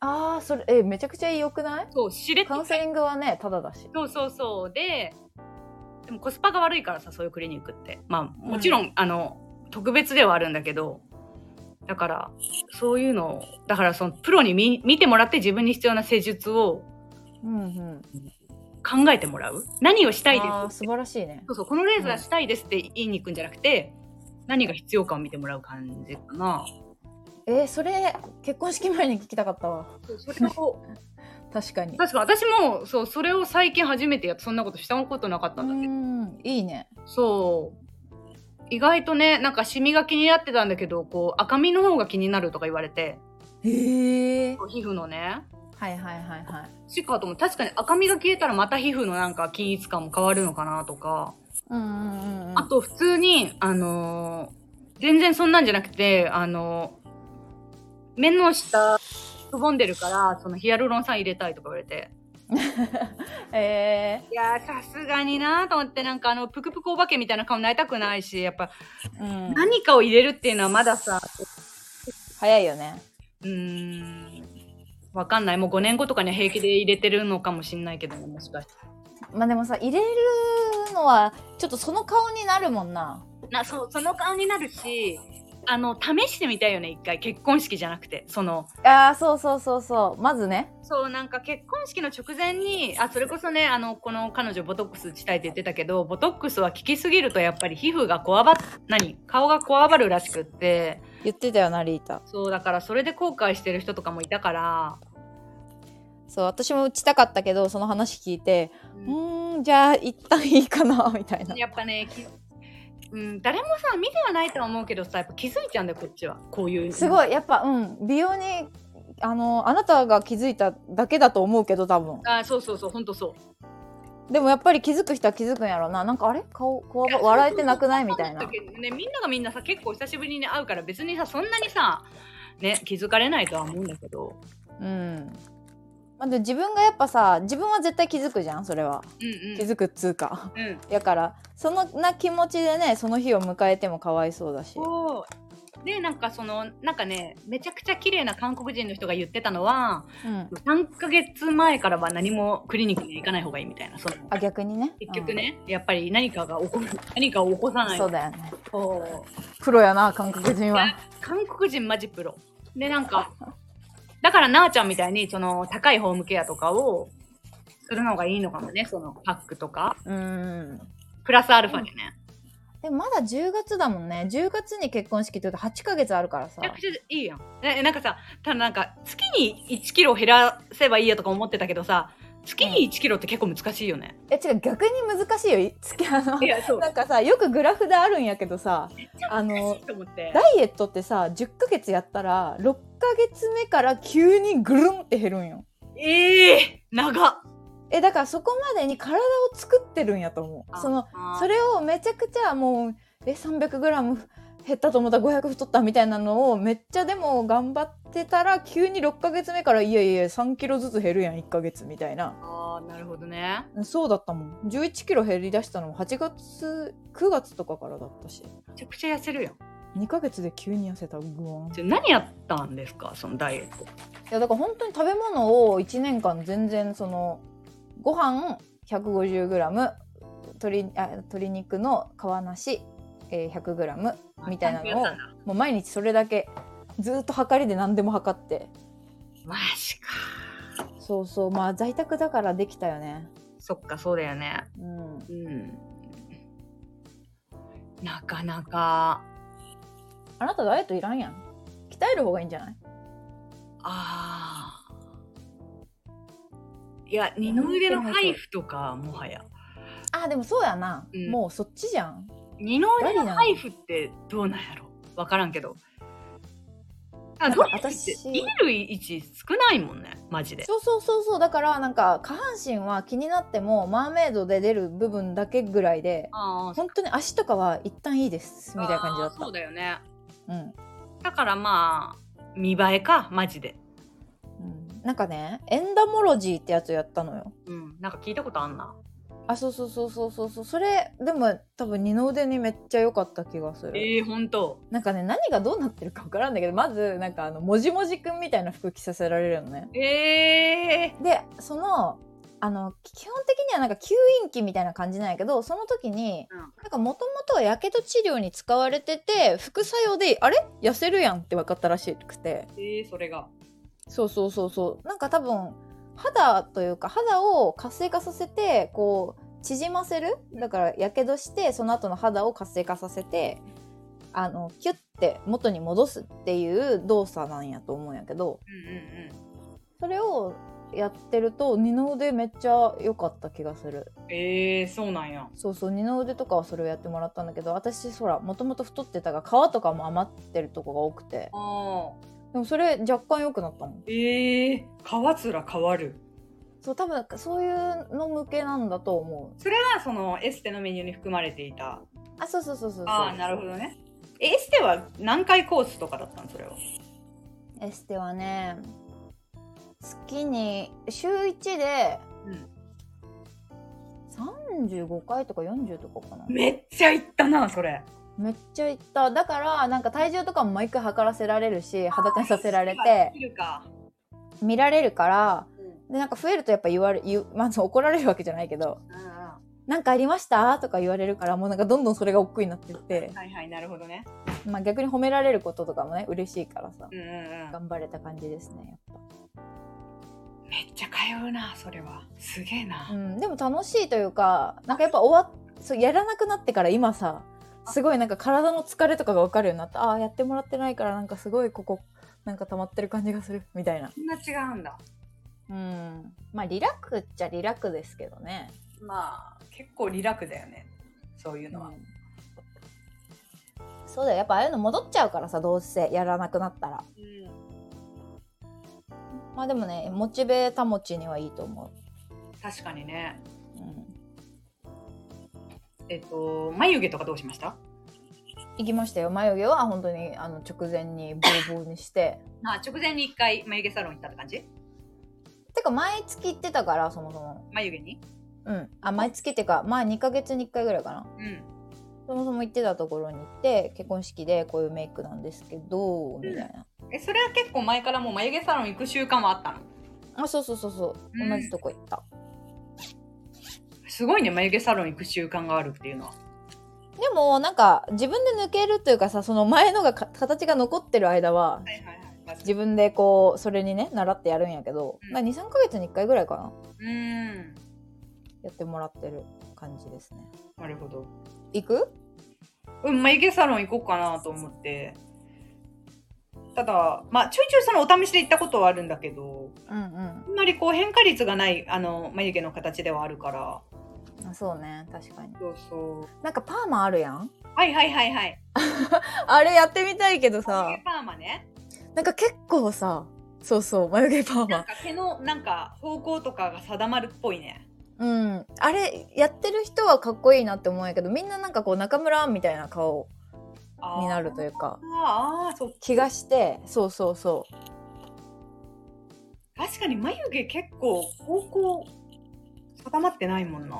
[SPEAKER 2] ああそれえめちゃくちゃ良くない
[SPEAKER 1] そうしれっ
[SPEAKER 2] カウン
[SPEAKER 1] と
[SPEAKER 2] セリングはねただだし
[SPEAKER 1] そうそうそうででもコスパが悪いからさそういうクリニックってまあもちろん、あの特別ではあるんだけどだからそういうのをだからそのプロに見見てもらって自分に必要な施術を
[SPEAKER 2] うんうん
[SPEAKER 1] 考えてもらう何をしたいで
[SPEAKER 2] あー
[SPEAKER 1] す
[SPEAKER 2] 素晴らしいね
[SPEAKER 1] そうそうこのレーザーしたいですって言いに行くんじゃなくて、何が必要かを見てもらう感じかな。
[SPEAKER 2] えーそれ結婚式前に聞きたかったわ
[SPEAKER 1] それを
[SPEAKER 2] 確かに
[SPEAKER 1] 確か 私もそうそれを最近初めてやってそんなことしたことなかった
[SPEAKER 2] うん
[SPEAKER 1] だけど
[SPEAKER 2] んいいね
[SPEAKER 1] そう意外とねなんかシミが気になってたんだけどこう赤みの方が気になるとか言われて
[SPEAKER 2] へえ
[SPEAKER 1] 皮膚のね
[SPEAKER 2] はいはいはいはい
[SPEAKER 1] しかとも確かに赤みが消えたらまた皮膚のなんか均一感も変わるのかなとか、
[SPEAKER 2] うんうんうんうん
[SPEAKER 1] あと普通にあのー全然そんなんじゃなくてあのー目の下くぼんでるからそのヒアルロン酸入れたいとか言われて
[SPEAKER 2] え
[SPEAKER 1] いやーさすがになーと思ってなんかあのぷくぷくお化けみたいな顔になりたくないしやっぱ
[SPEAKER 2] ーうん
[SPEAKER 1] 何かを入れるっていうのはまださ
[SPEAKER 2] 早いよね
[SPEAKER 1] うーん。わかんない。もう5年後とかには平気で入れてるのかもしんないけどね、もしかして。
[SPEAKER 2] まあでもさ入れるのはちょっとその顔になるもんな
[SPEAKER 1] な、そう、その顔になるし、あの、試してみたいよね、一回。結婚式じゃなくて。その、
[SPEAKER 2] ああ、そうそうそうそう。まずね。
[SPEAKER 1] そう、なんか結婚式の直前に、あ、それこそね、あの、この彼女ボトックス打ちたいって言ってたけど、ボトックスは効きすぎるとやっぱり皮膚がこわばっ、何顔がこわばるらしくって、
[SPEAKER 2] 言ってたよな、リータ。
[SPEAKER 1] そう、だからそれで後悔してる人とかもいたから、
[SPEAKER 2] そう、私も打ちたかったけど、その話聞いて、
[SPEAKER 1] う
[SPEAKER 2] うんーん、じゃあ、一旦いいかな、 みたいな。
[SPEAKER 1] やっぱね、きうん、誰もさ、見てはないとは思うけどさ、やっぱ気づいちゃうんだよ、こっちは。こういう。
[SPEAKER 2] すごい、やっぱ、うん、美容に、あの、あなたが気づいただけだと思うけど、多分。
[SPEAKER 1] あそうそうそう、ほんとそう。
[SPEAKER 2] でもやっぱり気づく人は気づくんやろな。なんか、あれ顔、こわば笑えてなくないみたいな
[SPEAKER 1] だ。けどね、みんながみんなさ、結構久しぶりに会うから、別にさ、そんなにさ、ね、気づかれないとは思うんだけど。
[SPEAKER 2] うん。まあ、でも自分がやっぱさ、自分は絶対気づくじゃん、それは。
[SPEAKER 1] うん
[SPEAKER 2] 気づくっつうか。
[SPEAKER 1] うん。うん。
[SPEAKER 2] やから、そのな気持ちでね、その日を迎えてもかわいそうだし。
[SPEAKER 1] そう。で、なんかその、なんかね、めちゃくちゃ綺麗な韓国人の人が言ってたのは、
[SPEAKER 2] うん。
[SPEAKER 1] 3ヶ月前からは何もクリニックには行かない方がいいみたいな。その
[SPEAKER 2] あ、逆にね。
[SPEAKER 1] 結局ね、やっぱり何かが起こる、何かを起こさ
[SPEAKER 2] う。
[SPEAKER 1] なんい
[SPEAKER 2] そ
[SPEAKER 1] と
[SPEAKER 2] うだよね。
[SPEAKER 1] こう
[SPEAKER 2] プロやな、韓国人は。
[SPEAKER 1] 韓国人マジプロ。で、なんか、だからなあちゃんみたいに、その、高いホームケアとかをするのがいいのかもね、その、パックとか。
[SPEAKER 2] うん。
[SPEAKER 1] プラスアルファでね。
[SPEAKER 2] でもまだ10月だもんね。10月に結婚式って言うと8ヶ月あるからさ
[SPEAKER 1] めち。ゃくちゃいいやん。え、なんかさ、ただなんか、月に1キロ減らせばいいやとか思ってたけどさ、月に1キロって結構難しいよね。
[SPEAKER 2] え、違う、逆に難しいよ。い付き合うの。
[SPEAKER 1] や、そう
[SPEAKER 2] なんかさ、よくグラフであるんやけどさ、
[SPEAKER 1] めっちゃ
[SPEAKER 2] あの
[SPEAKER 1] 難し、いと思って。
[SPEAKER 2] ダイエットってさ、10ヶ月やったら、6ヶ月目から急にぐるんって減るんよ。
[SPEAKER 1] ええ長っ。
[SPEAKER 2] え、だからそこまでに体を作ってるんやと思う。その、
[SPEAKER 1] あー
[SPEAKER 2] それをめちゃくちゃもうえ 300g 減ったと思ったら500太ったみたいなのをめっちゃでも頑張ってたら急に6ヶ月目からいやいや3キロずつ減るやん1ヶ月みたいな
[SPEAKER 1] あー、なるほどね。
[SPEAKER 2] そうだったもん1 1キロ減りだしたのも8月9月とかからだったし
[SPEAKER 1] めちゃくちゃ痩せるやん。
[SPEAKER 2] 2ヶ月で急に痩せたぐわんい
[SPEAKER 1] じゃあ何やったんですか、そのダイエット。
[SPEAKER 2] やだから本当に食べ物を1年間全然そのご飯 150g 鶏あ鶏肉の皮なし、えー 100g みたいな
[SPEAKER 1] あちゃんとや
[SPEAKER 2] のを
[SPEAKER 1] ったんだ
[SPEAKER 2] もう毎日それだけずーっと測りで何でも測って
[SPEAKER 1] マジか。
[SPEAKER 2] そうそうまあ在宅だからできたよね
[SPEAKER 1] そっか、そうだよね。
[SPEAKER 2] う
[SPEAKER 1] う
[SPEAKER 2] ん
[SPEAKER 1] ん。なかなか。
[SPEAKER 2] あなたダイエットいらんやん鍛える方がいいんじゃない
[SPEAKER 1] ああ。いや、二の腕の配布とか、もはや。
[SPEAKER 2] あでもそうやな、
[SPEAKER 1] うん
[SPEAKER 2] もうそっちじゃん
[SPEAKER 1] 二の腕の配布ってどうなんやろわからんけど。あ、ドリルって
[SPEAKER 2] 私
[SPEAKER 1] 入れる位置少ないもんね、マジで。
[SPEAKER 2] そうそうそうそうだからなんか下半身は気になってもマーメイドで出る部分だけぐらいで
[SPEAKER 1] ああ、
[SPEAKER 2] 本当に足とかは一旦いいですみたいな感じだっ
[SPEAKER 1] あーそうだよね。
[SPEAKER 2] たうん
[SPEAKER 1] だからまあ、見栄えか、マジで。
[SPEAKER 2] うんなんかねエンダモロジーってやつやったのよ
[SPEAKER 1] うん、なんか聞いたことあんな。
[SPEAKER 2] あそうそうそうそうそうそうそれでも多分二の腕にめっちゃ良かった気がする
[SPEAKER 1] ええー、ほんと。
[SPEAKER 2] なんかね何がどうなってるか分からんだけどまずなんかあのもじもじくんみたいな服着させられるのね
[SPEAKER 1] ええ
[SPEAKER 2] でそのあの基本的にはなんか吸引器みたいな感じなんやけどその時に、
[SPEAKER 1] うん
[SPEAKER 2] なんかもともとはやけど治療に使われてて副作用であれ痩せるやんって分かったらしくて
[SPEAKER 1] ー。ええー、それが。
[SPEAKER 2] そうそうそうそうなんか多分肌というか肌を活性化させてこう縮ませるだからやけどしてその後の肌を活性化させてあのキュッて元に戻すっていう動作なんやと思うんやけど
[SPEAKER 1] うんうんうん。
[SPEAKER 2] それをやってると二の腕めっちゃ良かった気がする
[SPEAKER 1] ええー、そうなんや。
[SPEAKER 2] そうそう二の腕とかはそれをやってもらったんだけど私ほらもともと太ってたが皮とかも余ってるとこが多くて
[SPEAKER 1] ああ。
[SPEAKER 2] でもそれ若干良くなったもん
[SPEAKER 1] ええー、皮すら変わる。
[SPEAKER 2] そう多分そういうの向けなんだと思う
[SPEAKER 1] それがそのエステのメニューに含まれていた。
[SPEAKER 2] あ、そうそうそうそうそう。
[SPEAKER 1] ああ、なるほどね。え、エステは何回コースとかだったのそれは。
[SPEAKER 2] エステはね、月に週1で
[SPEAKER 1] うん
[SPEAKER 2] 35回とか40とかかな。
[SPEAKER 1] めっちゃ行ったな、それ。
[SPEAKER 2] めっちゃ行った。だから、なんか体重とかも毎回測らせられるし、裸にさせられて、
[SPEAKER 1] いるか。
[SPEAKER 2] 見られるから、
[SPEAKER 1] うん。
[SPEAKER 2] で、なんか増えるとやっぱ言われ、言う まず怒られるわけじゃないけど、
[SPEAKER 1] は
[SPEAKER 2] なんかありましたとか言われるから、もうなんかどんどんそれが億劫になってって、
[SPEAKER 1] いはい、なるほどね。
[SPEAKER 2] まあ、逆に褒められることとかもね嬉しいからさ
[SPEAKER 1] うんうんうん
[SPEAKER 2] 頑張れた感じですねやっ
[SPEAKER 1] めっちゃ通うなそれはすげえな
[SPEAKER 2] ぱ、うん、でも楽しいというかなんかやっぱ終わっそうやらなくなってから今さすごいなんか体の疲れとかが分かるようになったああーやってもらってないからなんかすごいここなんか溜まってる感じがするみたいな
[SPEAKER 1] そんな違うんだ
[SPEAKER 2] うんまあリラックっちゃリラックですけどね、
[SPEAKER 1] まあ結構リラックだよねそういう
[SPEAKER 2] う
[SPEAKER 1] のは、
[SPEAKER 2] んそうだよやっぱああいうの戻っちゃうからさどうせやらなくなったらまあでもねモチベ保ちにはいいと思
[SPEAKER 1] 確かにね
[SPEAKER 2] う、うん、
[SPEAKER 1] えっと眉毛とかどうしました
[SPEAKER 2] 行きましたよ眉毛は本当にあの直前にボーボーにして
[SPEAKER 1] あ直前に一回眉毛サロン行ったって感じ
[SPEAKER 2] てか毎月行ってたからそもそも
[SPEAKER 1] 眉毛に
[SPEAKER 2] うんあ毎月っていうかまあ2ヶ月に1回ぐらいかな
[SPEAKER 1] うん
[SPEAKER 2] そもそも行ってたところに行って結婚式でこういうメイクなんですけどみたいな、
[SPEAKER 1] えそれは結構前からもう眉毛サロン行く習慣はあったの
[SPEAKER 2] あそうそうそうそう、
[SPEAKER 1] うん
[SPEAKER 2] 同じとこ行った
[SPEAKER 1] すごいね眉毛サロン行く習慣があるっていうのは
[SPEAKER 2] でもなんか自分で抜けるというかさその前のがか形が残ってる間は
[SPEAKER 1] はいはいはい、まあ、
[SPEAKER 2] 自分でこうそれにね習ってやるんやけど、
[SPEAKER 1] うん
[SPEAKER 2] まあ23ヶ月に1回ぐらいかな
[SPEAKER 1] うん
[SPEAKER 2] やってもらってる感じですね
[SPEAKER 1] なるほど
[SPEAKER 2] 行く
[SPEAKER 1] うん眉毛サロン行こうかなと思ってただまあちょいちょいそのお試しで行ったことはあるんだけど
[SPEAKER 2] うんうん
[SPEAKER 1] あんまりこう変化率がないあの眉毛の形ではあるから
[SPEAKER 2] あそうね確かに
[SPEAKER 1] そうそ
[SPEAKER 2] なんかパーマあるやん
[SPEAKER 1] うはいはいはいはい
[SPEAKER 2] あれやってみたいけどさ
[SPEAKER 1] 眉毛パーマね
[SPEAKER 2] なんか結構さそうそう眉毛パー
[SPEAKER 1] なん
[SPEAKER 2] マ
[SPEAKER 1] か毛のなんか方向とかが定まるっぽいね
[SPEAKER 2] うんあれやってる人はかっこいいなって思うんやけどみんななんかこう中村あんみたいな顔
[SPEAKER 1] あー
[SPEAKER 2] になるというか
[SPEAKER 1] あーあーそう
[SPEAKER 2] 気がしてそうそうそう
[SPEAKER 1] 確かに眉毛結構方向定まってないもんな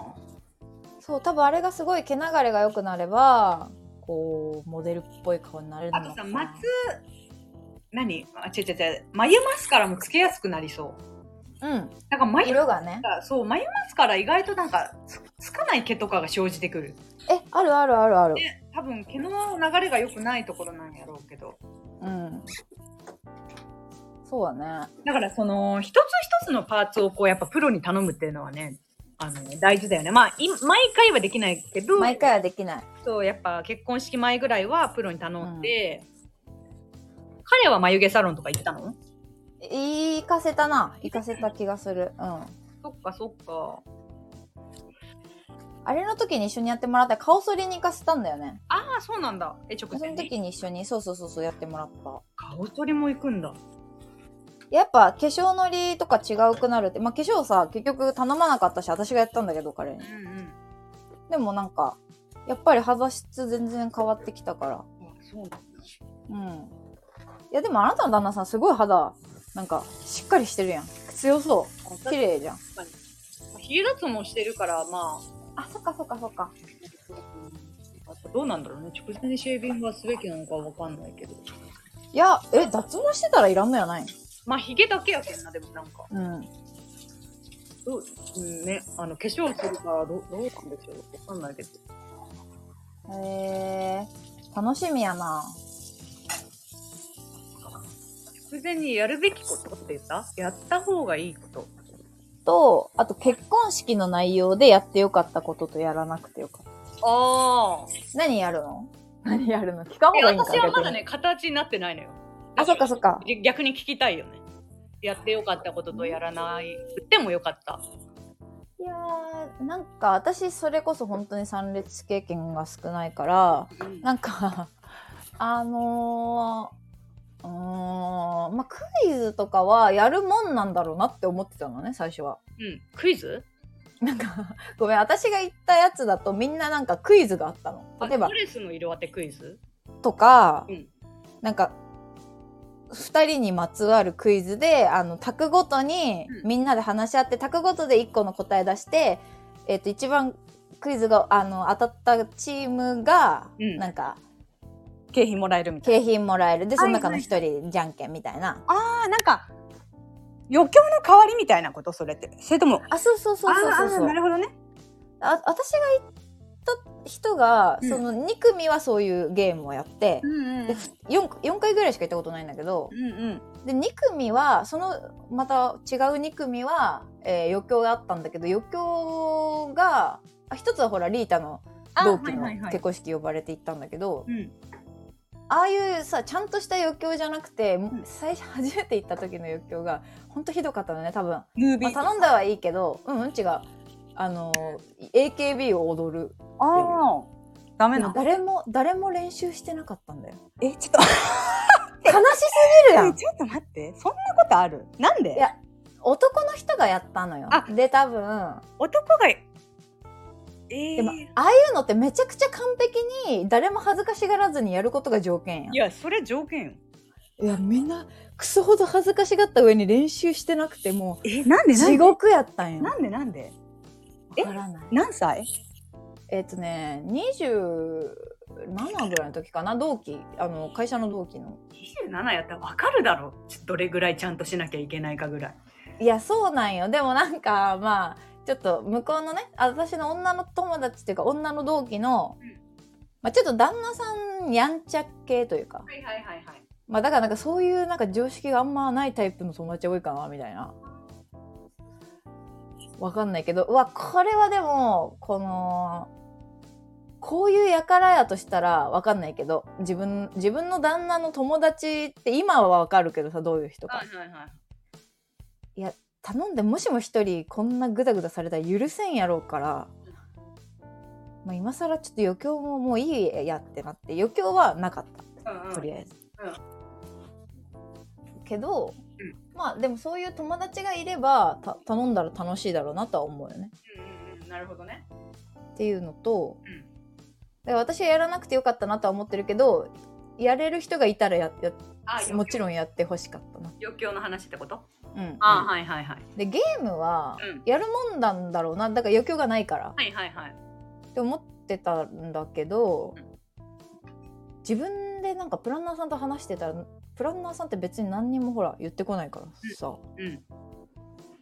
[SPEAKER 2] そう多分あれがすごい毛流れが良くなればこうモデルっぽい顔になれるの
[SPEAKER 1] あ
[SPEAKER 2] かな
[SPEAKER 1] とさ松何あ違う違う違う眉マスカラもつけやすくなりそう
[SPEAKER 2] うん
[SPEAKER 1] なんか眉
[SPEAKER 2] 色がね
[SPEAKER 1] そう眉マスカラ意外となんかつつかない毛とかが生じてくる
[SPEAKER 2] えあるあるあるある、
[SPEAKER 1] ね多分毛の流れが良くないところなんやろうけど
[SPEAKER 2] うんそうだね
[SPEAKER 1] だからその一つ一つのパーツをこうやっぱプロに頼むっていうのはねあの大事だよねまあい毎回はできないけど
[SPEAKER 2] 毎回はできない
[SPEAKER 1] そうやっぱ結婚式前ぐらいはプロに頼んで、彼は眉毛サロンとか行ったの
[SPEAKER 2] 行かせたな行かせた気がするうん
[SPEAKER 1] そっかそっか
[SPEAKER 2] あれの時に一緒にやってもらった顔剃りに行かせたんだよね
[SPEAKER 1] ああそうなんだえ直
[SPEAKER 2] そ
[SPEAKER 1] 前
[SPEAKER 2] の
[SPEAKER 1] に
[SPEAKER 2] 時に一緒にそうそうそうそうやってもらった
[SPEAKER 1] 顔取りも行くんだ
[SPEAKER 2] やっぱ化粧のりとか違うくなるってまあ化粧さ結局頼まなかったし私がやったんだけど彼に
[SPEAKER 1] うんうん
[SPEAKER 2] でもなんかやっぱり肌質全然変わってきたから
[SPEAKER 1] あそうなんだ
[SPEAKER 2] うんいやでもあなたの旦那さんすごい肌なんかしっかりしてるやん強そう綺麗じゃん
[SPEAKER 1] ヒール脱毛してるからま
[SPEAKER 2] あそっかそっかそっか
[SPEAKER 1] あどうなんだろうね直前にシェービングはすべきなのかわかんないけど
[SPEAKER 2] いやえ脱毛してたらいらんのやない
[SPEAKER 1] まあヒゲだけやけんなでもなんか
[SPEAKER 2] うん
[SPEAKER 1] どう、うん、ねあの化粧するからどうどうなんでしょうわかんないけど
[SPEAKER 2] へえ楽しみやな
[SPEAKER 1] 直前にやるべきことって言ったやった方がいいこと
[SPEAKER 2] とあと結婚式の内容でやってよかったこととやらなくてよかっ
[SPEAKER 1] ああ
[SPEAKER 2] た何やるの何やるの聞かん
[SPEAKER 1] いや
[SPEAKER 2] 方がいいんか
[SPEAKER 1] 私はまだ
[SPEAKER 2] 逆に
[SPEAKER 1] ね形になってないのよ
[SPEAKER 2] あそっかそっか
[SPEAKER 1] 逆に聞きたいよねやってよかったこととやらないでもよかった
[SPEAKER 2] いやーなんか私それこそ本当に参列経験が少ないからなんか あのーうーんまあクイズとかはやるもんなんだろうなって思ってたのね最初は
[SPEAKER 1] うん、クイズ
[SPEAKER 2] なんかごめん私が言ったやつだとみんななんかクイズがあったの
[SPEAKER 1] あ
[SPEAKER 2] 例えば
[SPEAKER 1] ドレスの色当てクイズ
[SPEAKER 2] とか、
[SPEAKER 1] うん
[SPEAKER 2] なんか2人にまつわるクイズであの卓ごとに
[SPEAKER 1] うん
[SPEAKER 2] みんなで話し合って卓ごとで1個の答え出して、えっと一番クイズがあの当たったチームが、
[SPEAKER 1] うん
[SPEAKER 2] なんか
[SPEAKER 1] 景品もらえるみい
[SPEAKER 2] 景品もらえるでその中の
[SPEAKER 1] はい
[SPEAKER 2] 1人じゃんけんみたいな、
[SPEAKER 1] なあーなんか余興の代わりみたいなことそれってそれとも
[SPEAKER 2] あそうそうそうそうそう
[SPEAKER 1] あーあー
[SPEAKER 2] そう
[SPEAKER 1] なるほどね
[SPEAKER 2] あ私が行っ人が、
[SPEAKER 1] うん
[SPEAKER 2] その2組はそういうゲームをやって、
[SPEAKER 1] うんうん
[SPEAKER 2] で 4, 4回ぐらいしか行ったことないんだけど
[SPEAKER 1] うん
[SPEAKER 2] で2組はそのまた違う2組は、えー余興があったんだけど余興があ一つはほらリータの同期の結婚式呼ばれて行ったんだけど、
[SPEAKER 1] うん
[SPEAKER 2] ああいうさちゃんとした余興じゃなくて、もうん最初初めて行った時の余興がほんとひどかったのね多分、
[SPEAKER 1] ムービ
[SPEAKER 2] まあ、
[SPEAKER 1] ー
[SPEAKER 2] 頼んだはいいけどうんうん違うあの AKB を踊る
[SPEAKER 1] あーダメ
[SPEAKER 2] で
[SPEAKER 1] な
[SPEAKER 2] も
[SPEAKER 1] の
[SPEAKER 2] 誰も誰も練習してなかったんだよ
[SPEAKER 1] えちょっと
[SPEAKER 2] 悲しすぎるや
[SPEAKER 1] 待っ
[SPEAKER 2] ん
[SPEAKER 1] てちょっと待ってそんなことあるなんで
[SPEAKER 2] いや男の人がやったのよ
[SPEAKER 1] あ
[SPEAKER 2] で多分
[SPEAKER 1] 男がえー
[SPEAKER 2] でもああいうのってめちゃくちゃ完璧に誰も恥ずかしがらずにやることが条件やん
[SPEAKER 1] いやそれ条件よ
[SPEAKER 2] いやみんなクソほど恥ずかしがった上に練習してなくても
[SPEAKER 1] えなんで
[SPEAKER 2] う地獄やったんよ
[SPEAKER 1] なんでなんでえ
[SPEAKER 2] わからない
[SPEAKER 1] 何歳
[SPEAKER 2] えっ、とね27ぐらいの時かな同期あの会社の同期の
[SPEAKER 1] ?27 やったらわかるだろちょどれぐらいちゃんとしなきゃいけないかぐらい
[SPEAKER 2] いやそうなんよでもなんかまあちょっと向こうのねあ私の女の友達っていうか女の同期の、
[SPEAKER 1] うん
[SPEAKER 2] まあ、ちょっと旦那さんやんちゃ系というか
[SPEAKER 1] はいはいはいはい
[SPEAKER 2] まあだからなんかそういうなんか常識があんまないタイプの友達多いかなみたいな。わかんないけど、うわ、これはでも、この、こういうやからやとしたらわかんないけど、自分、自分の旦那の友達って今はわかるけどさ、どういう人か。
[SPEAKER 1] いはいはい
[SPEAKER 2] 頼んで、もしも一人こんなグダグダされたら許せんやろうから、まあ今更ちょっと余興ももういいやってなって、余興はなかった。
[SPEAKER 1] うんうん
[SPEAKER 2] とりあえず
[SPEAKER 1] うん。
[SPEAKER 2] けど、
[SPEAKER 1] うん
[SPEAKER 2] まあでもそういう友達がいればた頼んだら楽しいだろうなとは思うよね
[SPEAKER 1] うんうんうんなるほどね
[SPEAKER 2] っていうのと、
[SPEAKER 1] うん
[SPEAKER 2] だから私はやらなくてよかったなとは思ってるけどやれる人がいたらやや
[SPEAKER 1] あ
[SPEAKER 2] もちろんやってほしかったな。
[SPEAKER 1] 余興の話ってこと
[SPEAKER 2] うん
[SPEAKER 1] あはいはいはい
[SPEAKER 2] でゲームは
[SPEAKER 1] うん
[SPEAKER 2] やるもんなんだろうなだから余興がないから
[SPEAKER 1] はいはいはい
[SPEAKER 2] って思ってたんだけど自分でなんかプランナーさんと話してたらプランナーさんって別に何にもほら言ってこないからさ。
[SPEAKER 1] うん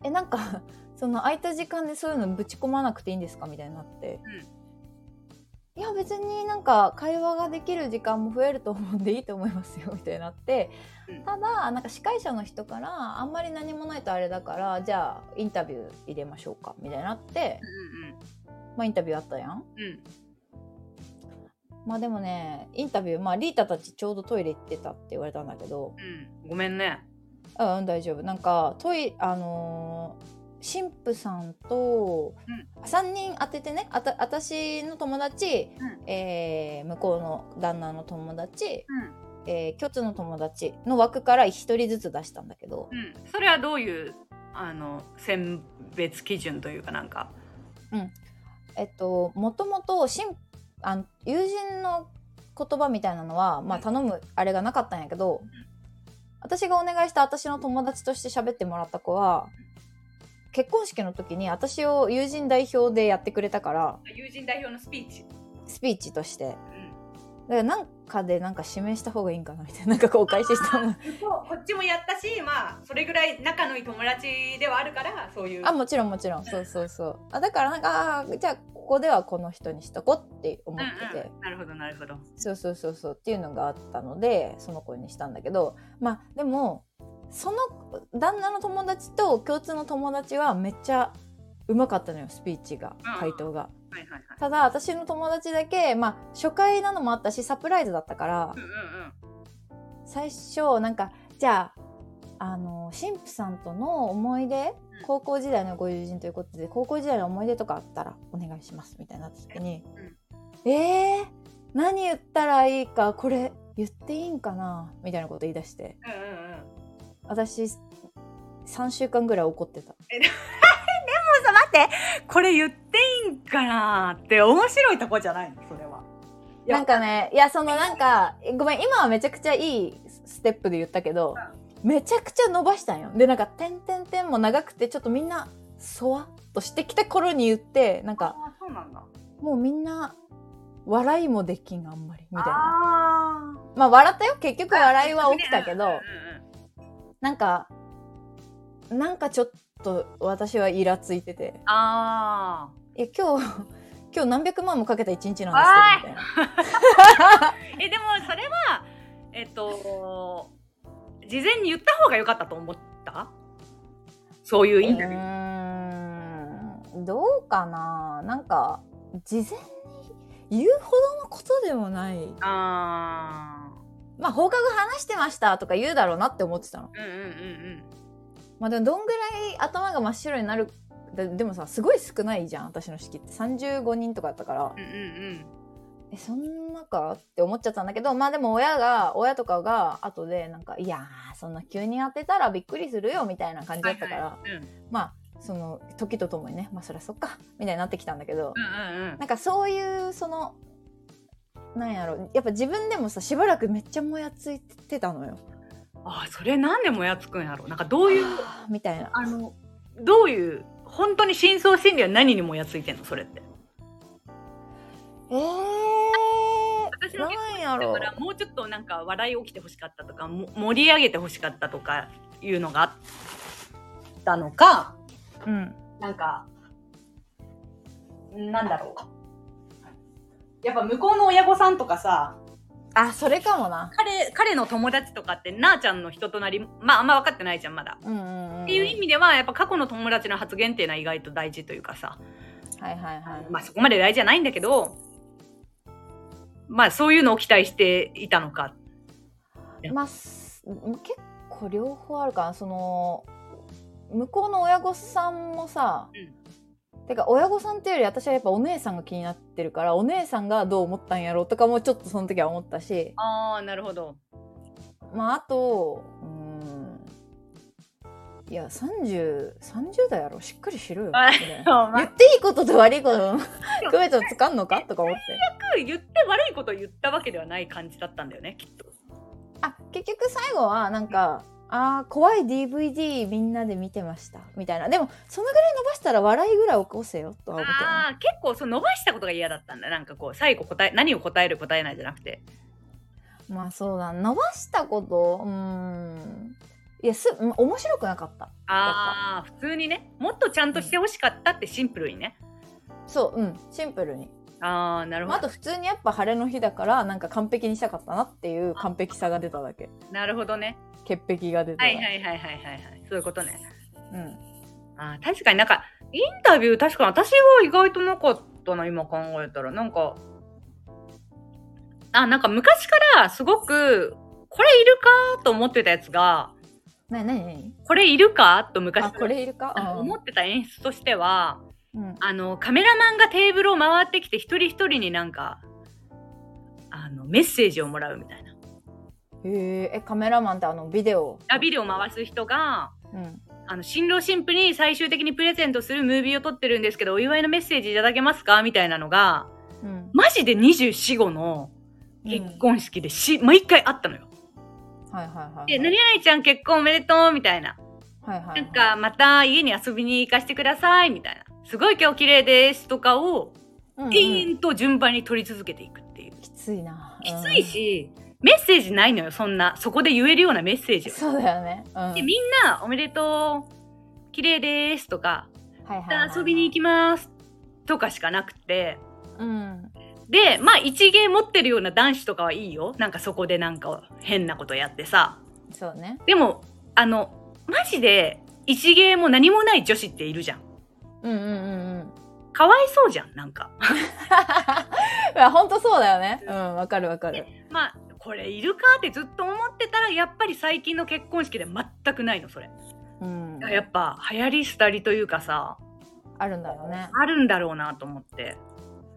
[SPEAKER 2] えなんか その空いた時間でそういうのぶち込まなくていいんですかみたいになって、いや別になんか会話ができる時間も増えると思うんでいいと思いますよみたいになって、
[SPEAKER 1] うん
[SPEAKER 2] ただなんか司会者の人からあんまり何もないとあれだからじゃあインタビュー入れましょうかみたいになって、まあインタビューあったやん
[SPEAKER 1] うんうんうん
[SPEAKER 2] まあでもねインタビューまあリータたちちょうどトイレ行ってたって言われたんだけど
[SPEAKER 1] うんごめんね
[SPEAKER 2] うんうん大丈夫なんかトイあのー神父さんと、3人当ててねあた私の友達、
[SPEAKER 1] う
[SPEAKER 2] えー向こうの旦那の友達、
[SPEAKER 1] う
[SPEAKER 2] えー、共通の友達の枠から1人ずつ出したんだけど、
[SPEAKER 1] んうんそれはどういうあの選別基準というかなんか
[SPEAKER 2] えっともともと神あの友人の言葉みたいなのは、まあ、頼むあれがなかったんやけど私がお願いした私の友達として喋ってもらった子は結婚式の時に私を友人代表でやってくれたから
[SPEAKER 1] 友人代表のスピーチ
[SPEAKER 2] スピーチとして
[SPEAKER 1] うん
[SPEAKER 2] だからなんかでなんか指名した方がいいんかなみたいななんかこうお返ししたの
[SPEAKER 1] そうこっちもやったしまあそれぐらい仲のいい友達ではあるからそういう
[SPEAKER 2] あもちろんもちろんそうそうそうあだからなんかあーじゃあここではこの人にしとこうって思ってて。
[SPEAKER 1] なるほどなるほど
[SPEAKER 2] そうそうそうそうっていうのがあったのでその子にしたんだけどまあでもその旦那の友達と共通の友達はめっちゃうまかったのよスピーチが
[SPEAKER 1] うん
[SPEAKER 2] 回答が。
[SPEAKER 1] はいはいはい
[SPEAKER 2] ただ私の友達だけ、まあ、初回なのもあったしサプライズだったから
[SPEAKER 1] うんうんうん
[SPEAKER 2] 最初なんかじゃああの神父さんとの思い出
[SPEAKER 1] うん
[SPEAKER 2] 高校時代のご友人ということで高校時代の思い出とかあったらお願いしますみたいになった時に、えー、何言ったらいいかこれ言っていいんかなみたいなこと言い出して
[SPEAKER 1] うんうんうん
[SPEAKER 2] 私3週間ぐらい怒ってた
[SPEAKER 1] ちょっと待ってこれ言っていいんかなって面白いとこじゃないのそれはや
[SPEAKER 2] なんかねいやそのなんかごめん今はめちゃくちゃいいステップで言ったけど、めちゃくちゃ伸ばしたんよでなんか「点点点」も長くてちょっとみんなそわっとしてきた頃に言ってなんか
[SPEAKER 1] あそうなんだ
[SPEAKER 2] もうみんな笑いもできんあんまりみたいな
[SPEAKER 1] あ
[SPEAKER 2] まあ笑ったよ結局
[SPEAKER 1] あ
[SPEAKER 2] 笑いは起きたけど、
[SPEAKER 1] う
[SPEAKER 2] なんかなんかちょっと私はイラついてて
[SPEAKER 1] んあ
[SPEAKER 2] いや今日今日何百万もかけた一日なんですけどみ
[SPEAKER 1] えでもそれはえっと事前に言った方が良かったと思ったそういうイン
[SPEAKER 2] た
[SPEAKER 1] タ
[SPEAKER 2] い
[SPEAKER 1] ビュー、
[SPEAKER 2] なうーんどうかななんか事前に言うほどのことでもない
[SPEAKER 1] あ
[SPEAKER 2] まあ放課後話してましたとか言うだろうなって思ってたの
[SPEAKER 1] あうんうんうん
[SPEAKER 2] まあでもどんぐらい頭が真っ白になるででもさすごい少ないじゃん私の式って35人とかだったから
[SPEAKER 1] うんうんうん
[SPEAKER 2] えそんなかって思っちゃったんだけどまあでも親が親とかが後でなんか「いやーそんな急に当てたらびっくりするよ」みたいな感じだったから、
[SPEAKER 1] うんうん
[SPEAKER 2] まあその時とともにねまあそりゃそっかみたいになってきたんだけど、
[SPEAKER 1] うんうんうん
[SPEAKER 2] なんかそういうそのなんやろやっぱ自分でもさしばらくめっちゃもやついてたのよ。
[SPEAKER 1] あーそれなんでもやつくんやろなんかどういう
[SPEAKER 2] あーみたいな。
[SPEAKER 1] あのどういう本当に真相心理は何にもやついてんのそれって
[SPEAKER 2] えー、
[SPEAKER 1] 私の
[SPEAKER 2] なんや
[SPEAKER 1] だ
[SPEAKER 2] ろ
[SPEAKER 1] からもうちょっとなんか笑い起きてほしかったとかも盛り上げてほしかったとかいうのがあったのか
[SPEAKER 2] うん
[SPEAKER 1] なんかなんだろうやっぱ向こうの親御さんとかさ
[SPEAKER 2] あそれかもな。
[SPEAKER 1] 彼彼の友達とかってなあちゃんの人となりまああんま分かってないじゃんまだ。
[SPEAKER 2] うんうんうん、
[SPEAKER 1] っていう意味ではやっぱ過去の友達の発言っていうのは意外と大事というかさ
[SPEAKER 2] はいはいはい。
[SPEAKER 1] まあそこまで大事じゃないんだけどまあそういうのを期待していたのか。
[SPEAKER 2] まあ、す結構両方あるかなその向こうの親御さんもさ、てか親御さんっていうより私はやっぱお姉さんが気になってるからお姉さんがどう思ったんやろうとかもちょっとその時は思ったし
[SPEAKER 1] ああなるほど。
[SPEAKER 2] まああとうーんいや3030代やろしっかりしろよみ
[SPEAKER 1] あ
[SPEAKER 2] たいな言っていいことと悪いことの 区別をつかんのかとか思って
[SPEAKER 1] 言って悪いことを言ったわけではない感じだったんだよねきっと。
[SPEAKER 2] あ結局最後はなんか「あー怖い DVD みんなで見てました」みたいなでもそのぐらい伸ばしたら笑いぐらい起こせよとは思って
[SPEAKER 1] ああ結構そう伸ばしたことが嫌だったんだなんかこう最後答え何を答える答えないじゃなくて
[SPEAKER 2] まあそうだ伸ばしたことうーんいやすうん面白くなかった
[SPEAKER 1] ああ普通にねもっとちゃんとしてほしかったってシンプルにね。
[SPEAKER 2] そううんシンプルに、
[SPEAKER 1] ああなる
[SPEAKER 2] まあ、
[SPEAKER 1] ほ
[SPEAKER 2] あと普通にやっぱ晴れの日だからなんか完璧にしたかったなっていう完璧さが出ただけ
[SPEAKER 1] どなるほどね。
[SPEAKER 2] 潔癖が出た
[SPEAKER 1] は
[SPEAKER 2] だ
[SPEAKER 1] い
[SPEAKER 2] け、
[SPEAKER 1] はいはいはいはいはいそういうことね。
[SPEAKER 2] うん、
[SPEAKER 1] あー確かになんかインタビュー確かに私は意外となかったな今考えたらなんかあなんか昔からすごくこれいるかと思ってたやつが
[SPEAKER 2] なになになに
[SPEAKER 1] これいるかと昔
[SPEAKER 2] あ
[SPEAKER 1] から
[SPEAKER 2] これいるか
[SPEAKER 1] あの
[SPEAKER 2] うん
[SPEAKER 1] 思ってた演出としては
[SPEAKER 2] うん
[SPEAKER 1] あのカメラマンがテーブルを回ってきて一人一人になんかあのメッセージをもらうみたいな
[SPEAKER 2] へーえカメラマンってあのビデオ、
[SPEAKER 1] ラビデオを回す人が
[SPEAKER 2] うん、
[SPEAKER 1] あの新郎新婦に最終的にプレゼントするムービーを撮ってるんですけどお祝いのメッセージいただけますかみたいなのが
[SPEAKER 2] うん、
[SPEAKER 1] マジで245の結婚式でし、毎回あったのよ。
[SPEAKER 2] はいはいはいはい
[SPEAKER 1] で「何々ちゃん結婚おめでとう」みたいな
[SPEAKER 2] はいはいは、
[SPEAKER 1] ないんかまた家に遊びに行かせてくださいみたいな「すごい今日綺麗です」とかを
[SPEAKER 2] うんうん、
[SPEAKER 1] 延々と順番に取り続けていくっていう。
[SPEAKER 2] きついな
[SPEAKER 1] きつい、し、メッセージないのよそんなそこで言えるようなメッセー
[SPEAKER 2] う
[SPEAKER 1] ジ
[SPEAKER 2] ん
[SPEAKER 1] は
[SPEAKER 2] そうだよね、うん、
[SPEAKER 1] でみんな「おめでとう綺麗です」とか
[SPEAKER 2] は
[SPEAKER 1] 「
[SPEAKER 2] いはいはい
[SPEAKER 1] また遊びに行きます」とかしかなくて
[SPEAKER 2] うん
[SPEAKER 1] でまあ一芸持ってるような男子とかはいいよなんかそこでなんか変なことやってさ
[SPEAKER 2] そうね
[SPEAKER 1] でもあのマジで一芸も何もない女子っているじゃん
[SPEAKER 2] うんうんうんうん
[SPEAKER 1] かわいそうじゃんなんか
[SPEAKER 2] いや本当そうだよねうんわかるわかる
[SPEAKER 1] まあこれいるかってずっと思ってたらやっぱり最近の結婚式で全くないのそれ
[SPEAKER 2] うん
[SPEAKER 1] やっぱ流行り廃りというかさ
[SPEAKER 2] あるんだろうね
[SPEAKER 1] あるんだろうなと思って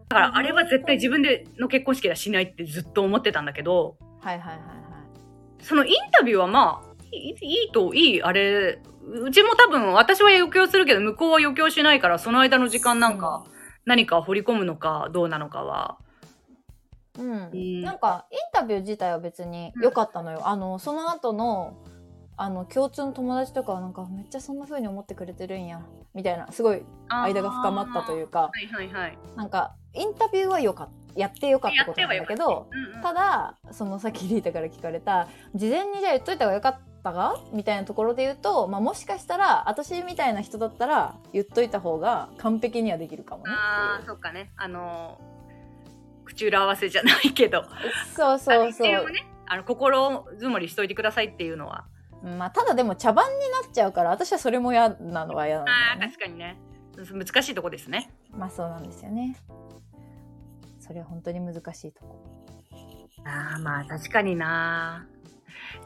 [SPEAKER 1] だからあれは絶対自分での結婚式ではしないってずっと思ってたんだけど
[SPEAKER 2] はいはいはいはい
[SPEAKER 1] そのインタビューはまあいいいいといいあれうちも多分私は余興するけど向こうは余興しないからその間の時間なんか何か掘り込むのかどうなのかは
[SPEAKER 2] うん、
[SPEAKER 1] ん
[SPEAKER 2] なんかインタビュー自体は別に良かったのよ、あのその後のあの共通の友達とかはなんかめっちゃそんな風に思ってくれてるんやみたいなすごい間が深まったといううか
[SPEAKER 1] はいはいはい
[SPEAKER 2] なんかインタビューは良かったやって良かったことなんだけど
[SPEAKER 1] うんうん
[SPEAKER 2] ただそのさっきリータから聞かれた事前にじゃあ言っといた方が良かっったがみたいなところで言うと、まあ、もしかしたら私みたいな人だったら言っといた方が完璧にはできるかもね
[SPEAKER 1] ああ
[SPEAKER 2] ってい
[SPEAKER 1] そっかねあの口裏合わせじゃないけど
[SPEAKER 2] うそうそうそ
[SPEAKER 1] あの一応
[SPEAKER 2] う、
[SPEAKER 1] ねあの心づもりしといてくださいっていうのは
[SPEAKER 2] まあ、ただでも茶番になっちゃうから私はそれも嫌なのは嫌なの
[SPEAKER 1] あ
[SPEAKER 2] よ
[SPEAKER 1] ー
[SPEAKER 2] ね
[SPEAKER 1] 確かにね難しいとこですね
[SPEAKER 2] まあそうなんですよねそれは本当に難しいとこ
[SPEAKER 1] ああまあ確かにな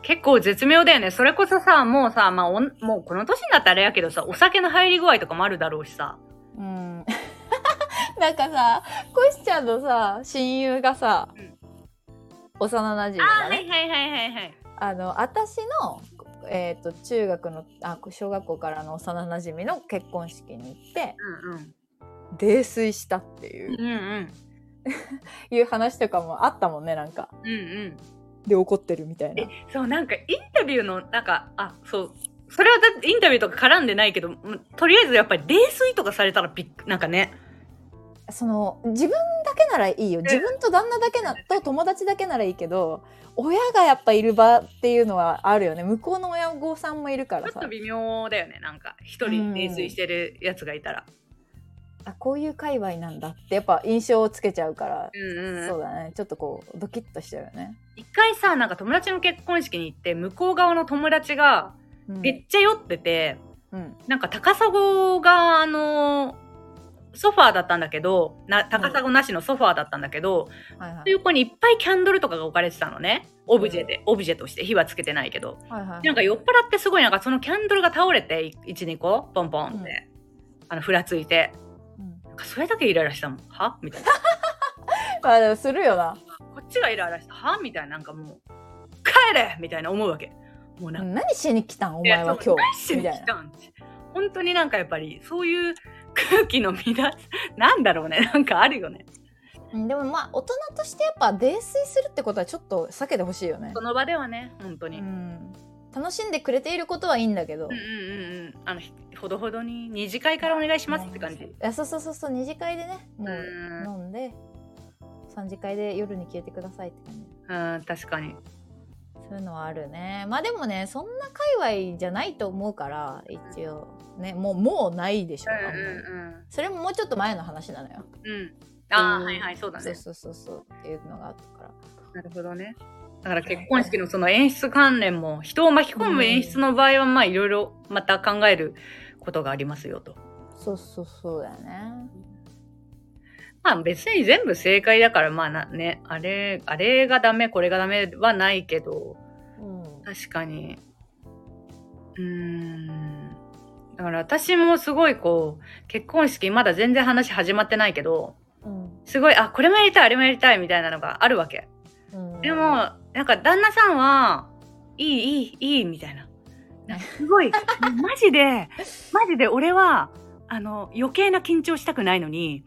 [SPEAKER 1] 結構絶妙だよねそれこそさもうさ、まあ、おんもうこの年になったらあれやけどさお酒の入り具合とかもあるだろうしさ
[SPEAKER 2] うん なんかさコシちゃんのさ親友がさ、
[SPEAKER 1] うん
[SPEAKER 2] 幼なじみ
[SPEAKER 1] あ
[SPEAKER 2] が
[SPEAKER 1] ー
[SPEAKER 2] ね
[SPEAKER 1] はいはいはいはいはい
[SPEAKER 2] あの私の、えー、と中学のあ小学校からの幼なじみの結婚式に行って
[SPEAKER 1] うんうん
[SPEAKER 2] 泥酔したっていう,、
[SPEAKER 1] うんうん
[SPEAKER 2] いう話とかもあったもんねなんか
[SPEAKER 1] うんうん
[SPEAKER 2] で怒ってるみたいな
[SPEAKER 1] えそうなんかインタビューのなんかあそうそれはだってインタビューとか絡んでないけどもうとりあえずやっぱり泥酔とかされたらびっくなんかね
[SPEAKER 2] その自分だけならいいよ自分と旦那だけなと友達だけならいいけど親がやっぱいる場っていうのはあるよね向こうの親御さんもいるから
[SPEAKER 1] ちょ
[SPEAKER 2] さ
[SPEAKER 1] っと微妙だよねなんか一人泥酔してるやつがいたら、
[SPEAKER 2] あこういう界隈なんだってやっぱ印象をつけちゃうから、
[SPEAKER 1] うんうんうん
[SPEAKER 2] そうだねちょっとこうドキッとしちゃうよね。
[SPEAKER 1] 一回さなんか友達の結婚式に行って向こう側の友達が
[SPEAKER 2] うん
[SPEAKER 1] めっちゃ酔ってて、
[SPEAKER 2] うん
[SPEAKER 1] なんか高砂があのソファーだったんだけどな高砂なしのソファーだったんだけど、
[SPEAKER 2] はいはい
[SPEAKER 1] その横にいっぱいキャンドルとかが置かれてたのねオブジェで、オブジェとして火はつけてないけど
[SPEAKER 2] はいはい
[SPEAKER 1] なんか酔っ払ってすごいなんかそのキャンドルが倒れて12個ポンポンって、
[SPEAKER 2] うん
[SPEAKER 1] あのふらついて
[SPEAKER 2] うん
[SPEAKER 1] なんかそれだけイライラしたもんはみたいな
[SPEAKER 2] まあでもするよな。
[SPEAKER 1] こっちがイライラしたはみたいななんかもう帰れみたいな思うわけもうなんか
[SPEAKER 2] 何しに来たんお前は今日み
[SPEAKER 1] み
[SPEAKER 2] た
[SPEAKER 1] た
[SPEAKER 2] い
[SPEAKER 1] い
[SPEAKER 2] な。
[SPEAKER 1] な。本当になんかやっぱりそういう空気の乱 すなんだろうねなんかあるよね。
[SPEAKER 2] うんでもまあ大人としてやっぱ泥酔するってことはちょっと避けてほしいよね
[SPEAKER 1] そ。の場ではね本当
[SPEAKER 2] う
[SPEAKER 1] に。うん
[SPEAKER 2] ん、楽しんでくれていることはいいんだけど。
[SPEAKER 1] うんうんうんあのひほどほどに二次会からお願いしますって感じ。
[SPEAKER 2] いやそうそうそうそう二次会でね
[SPEAKER 1] う
[SPEAKER 2] もう
[SPEAKER 1] ーん
[SPEAKER 2] 飲んで三次会で夜に消えてくださいって感
[SPEAKER 1] う
[SPEAKER 2] じ。
[SPEAKER 1] ん確かに。
[SPEAKER 2] そういうのはあるね。まあでもねそんな界隈じゃないと思うから一応ねもうもうないでしょ。あんまり
[SPEAKER 1] う
[SPEAKER 2] それももうちょっと前の話なのよ。
[SPEAKER 1] んうんうん。ああ、
[SPEAKER 2] うん
[SPEAKER 1] はいはいそうだ
[SPEAKER 2] そう
[SPEAKER 1] ね。
[SPEAKER 2] そうそうそうっていうのがあったから。
[SPEAKER 1] なるほどね。だから結婚式のその演出関連も人を巻き込む演出の場合はまあいろいろまた考えることがありますよと。
[SPEAKER 2] そうそうそうだよね。
[SPEAKER 1] まあ別に全部正解だからまあなねあれあれがダメこれがダメはないけど
[SPEAKER 2] うん
[SPEAKER 1] 確かにうーんだから私もすごいこう結婚式まだ全然話始まってないけど
[SPEAKER 2] うん
[SPEAKER 1] すごいあこれもやりたいあれもやりたいみたいなのがあるわけ
[SPEAKER 2] うん
[SPEAKER 1] でもなんか旦那さんはいいいいいいみたいななんかすごい マジでマジで俺はあの余計な緊張したくないのに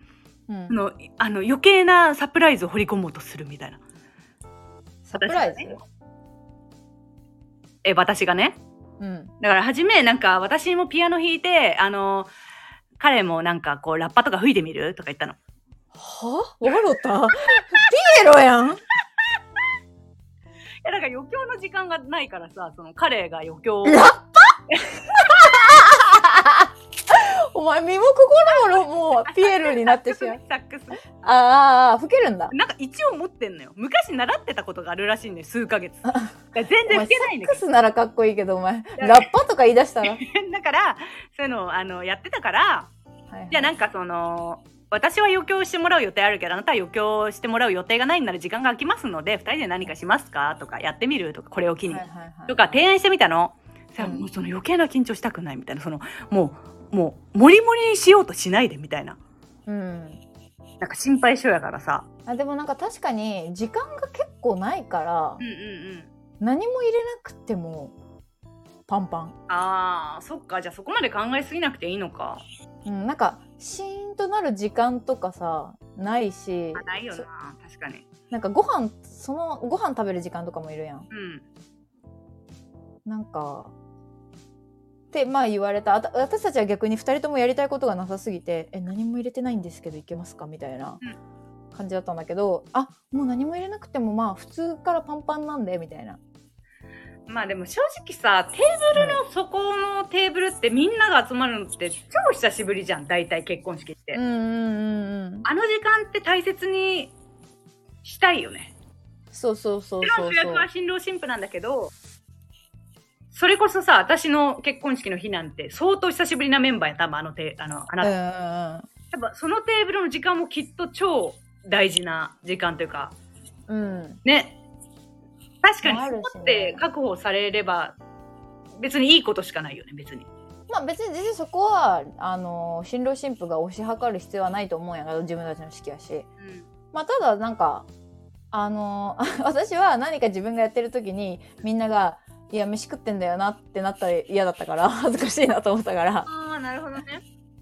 [SPEAKER 2] うん
[SPEAKER 1] あのあの余計なサプライズを掘り込もうとするみたいな
[SPEAKER 2] サプライズ、
[SPEAKER 1] 私がねえ私がね
[SPEAKER 2] うん
[SPEAKER 1] だから初めなんか私もピアノ弾いてあの彼もなんかこうラッパとか吹いてみるとか言ったの
[SPEAKER 2] はわろた ピエロやん
[SPEAKER 1] いやだから余興の時間がないからさその彼が余興を
[SPEAKER 2] ラッパお前身も心もも うピエロになってしまう
[SPEAKER 1] サックスね
[SPEAKER 2] あーあー吹けるんだ
[SPEAKER 1] なんか一応持ってんのよ昔習ってたことがあるらしいんだよ数ヶ月だから全
[SPEAKER 2] お前
[SPEAKER 1] 然
[SPEAKER 2] サ
[SPEAKER 1] 吹けないん
[SPEAKER 2] ッ
[SPEAKER 1] だ
[SPEAKER 2] ク
[SPEAKER 1] け
[SPEAKER 2] スならかっこいいけどお前ラッパとか言い出したら、はい
[SPEAKER 1] どだからそういうのをあのやってたから
[SPEAKER 2] はい
[SPEAKER 1] じゃあなんかその私は余興してもらう予定あるけどあなたは余興してもらう予定がないなら時間が空きますので2人で何かしますかとかやってみるとかこれを機に、
[SPEAKER 2] はいはいはい
[SPEAKER 1] とか提案してみたの。そしたら
[SPEAKER 2] うん
[SPEAKER 1] もうその余計な緊張したくないみたいなそのもうもうモリモリにしようとしないでみたいな
[SPEAKER 2] うん
[SPEAKER 1] なんか心配性やからさ。
[SPEAKER 2] あでもなんか確かに時間が結構ないから
[SPEAKER 1] うんうんうん
[SPEAKER 2] 何も入れなくてもパンパン
[SPEAKER 1] あーそっかじゃあそこまで考えすぎなくていいのか。
[SPEAKER 2] うん、なんかシーンとなる時間とかさないし
[SPEAKER 1] あないよ
[SPEAKER 2] そ
[SPEAKER 1] な確かに。
[SPEAKER 2] なんかご飯そのご飯食べる時間とかもいるやん
[SPEAKER 1] うん
[SPEAKER 2] なんかってまあ言われたあた私たちは逆に2人ともやりたいことがなさすぎて「え何も入れてないんですけどいけますか?」みたいな感じだったんだけど「あもう何も入れなくてもまあ普通からパンパンなんで」みたいな
[SPEAKER 1] まあでも正直さ、テーブルの、そこのテーブルってみんなが集まるのって超久しぶりじゃん、大体結婚式って。
[SPEAKER 2] うんうんうんうん。
[SPEAKER 1] あの時間って大切にしたいよね。
[SPEAKER 2] そうそうそう
[SPEAKER 1] もちろ
[SPEAKER 2] そ
[SPEAKER 1] ん
[SPEAKER 2] う
[SPEAKER 1] 主役
[SPEAKER 2] そう。
[SPEAKER 1] は新郎新婦なんだけど、それこそさ、私の結婚式の日なんて相当久しぶりなメンバーやったもん、あのて、あの、あなた
[SPEAKER 2] うんうんうん。
[SPEAKER 1] やっぱそのテーブルの時間もきっと超大事な時間というか、
[SPEAKER 2] うん、
[SPEAKER 1] ね。確かに、
[SPEAKER 2] あるしね
[SPEAKER 1] そこって確保されれば、別にいいことしかないよね、別に。
[SPEAKER 2] まあ別に全然そこはあの新郎新婦が推し量る必要はないと思うんやけど自分たちの式やし、まあ、ただなんかあの 私は何か自分がやってる時にみんなが「いや飯食ってんだよな」ってなったら嫌だったから 恥ずかしいなと思ったから
[SPEAKER 1] ああ、なるほどね。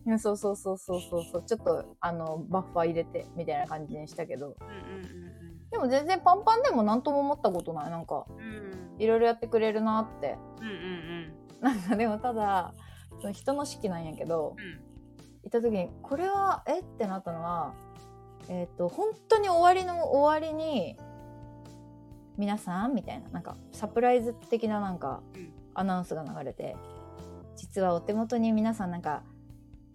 [SPEAKER 2] うんそうそうそうそうそうそうちょっとあのバッファー入れてみたいな感じにしたけど
[SPEAKER 1] うんうん
[SPEAKER 2] でも全然パンパンでも何とも思ったことないなんか
[SPEAKER 1] うんうん。
[SPEAKER 2] いろいろやってくれるなって
[SPEAKER 1] うんうんうん
[SPEAKER 2] なんかでもただその人の式なんやけど
[SPEAKER 1] うん。
[SPEAKER 2] 行った時にこれはえってなったのはえっ、と本当に終わりの終わりに皆さんみたいななんかサプライズ的ななんか
[SPEAKER 1] うん
[SPEAKER 2] アナウンスが流れて実はお手元に皆さんなんか、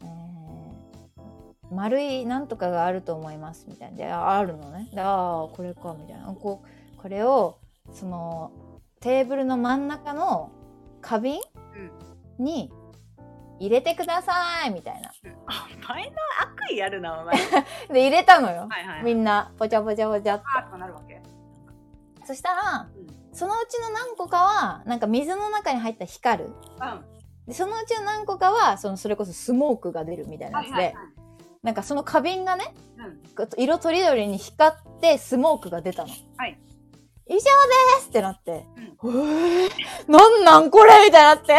[SPEAKER 2] えー丸いなんとかがあると思いますみたいなでああるのねでああこれかみたいなこうこれをそのテーブルの真ん中の花瓶に入れてくださいみたいな
[SPEAKER 1] お前の悪意あるな、お前。はい
[SPEAKER 2] で入れたのよ、
[SPEAKER 1] はい。
[SPEAKER 2] みんなポチャポチャポチャって
[SPEAKER 1] あーとかなるわけ。
[SPEAKER 2] そしたら
[SPEAKER 1] うん。うん。
[SPEAKER 2] そのうちの何個かはなんか水の中に入った光るでそのうちの何個かはそのそれこそスモークが出るみたいな
[SPEAKER 1] は
[SPEAKER 2] やつ
[SPEAKER 1] いは
[SPEAKER 2] で、
[SPEAKER 1] いはい。
[SPEAKER 2] なんかその花瓶がね
[SPEAKER 1] うん。
[SPEAKER 2] 色とりどりに光ってスモークが出たの。
[SPEAKER 1] はい
[SPEAKER 2] 以上ですってなって、えーなんなんこれみたいになって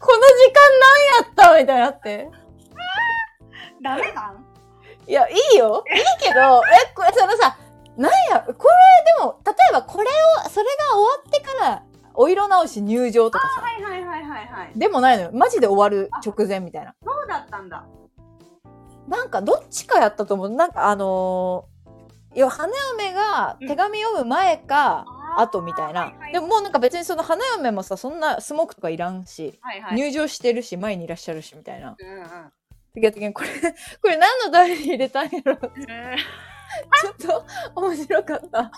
[SPEAKER 2] この時間なんやったみたいになって。
[SPEAKER 1] ダメなん
[SPEAKER 2] いや、いいよ。いい けど、え、これ、そのさ、なんや、これ、でも、例えばこれを、それが終わってから、お色直し入場とかさ、
[SPEAKER 1] はいはいはいはいはい。
[SPEAKER 2] でもないのよ。マジで終わる直前みたいな。
[SPEAKER 1] そうだったんだ。
[SPEAKER 2] なんか、どっちかやったと思う。なんか、あのー、いや、花嫁が手紙読む前か、
[SPEAKER 1] あ
[SPEAKER 2] 後みたい
[SPEAKER 1] は
[SPEAKER 2] ない
[SPEAKER 1] はい。
[SPEAKER 2] でも、もうなんか別にその花嫁もさ、そんなスモークとかいらんし、
[SPEAKER 1] はいはい。
[SPEAKER 2] 入場してるし、前にいらっしゃるし、みたいな。
[SPEAKER 1] うんうん。
[SPEAKER 2] てかてかこれ、 これ何のために入れたんやろ
[SPEAKER 1] え
[SPEAKER 2] ちょっと面白かった。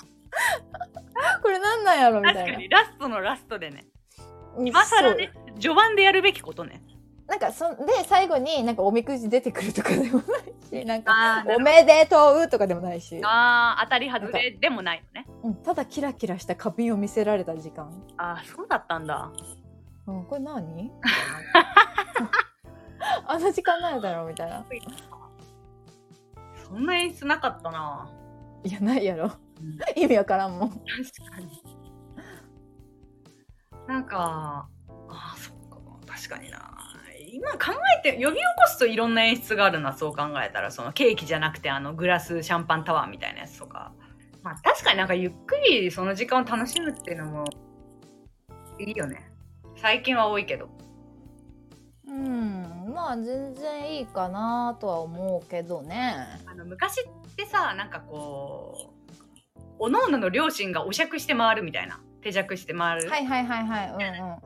[SPEAKER 2] これなんなんやろ
[SPEAKER 1] ー
[SPEAKER 2] み
[SPEAKER 1] 確
[SPEAKER 2] たい
[SPEAKER 1] か
[SPEAKER 2] な
[SPEAKER 1] に、。ラストのラストでね。
[SPEAKER 2] うん
[SPEAKER 1] 今更ね、序盤でやるべきことね。
[SPEAKER 2] そうなんかそんで最後になんかおみくじ出てくるとかでもないし、なんか
[SPEAKER 1] あ
[SPEAKER 2] おめでとうとかでもないし、
[SPEAKER 1] あー当たり外れでもないのね。
[SPEAKER 2] うんただキラキラした花瓶を見せられた時間。
[SPEAKER 1] ああ、そうだったんだ。
[SPEAKER 2] うん、こ れ何？あの時間ないだろみたいな。
[SPEAKER 1] そんな演出なかったな。
[SPEAKER 2] いやないやろ
[SPEAKER 1] うん。
[SPEAKER 2] 意味わからんもん。
[SPEAKER 1] 確かに。なんか、ああ、そっか、確かにな。今考えて、呼び起こすといろんな演出があるな、そう考えたら、そのケーキじゃなくて、あのグラス、シャンパンタワーみたいなやつとか。まあ、確かになんかゆっくりその時間を楽しむっていうのも、いいよね。最近は多いけど。
[SPEAKER 2] うん、まあ全然いいかなとは思うけどね。
[SPEAKER 1] あの昔ってさなんかこうおのおのの両親がお酌して回るみたいな手酌して回る、
[SPEAKER 2] はいはいはいはい、うんうん、は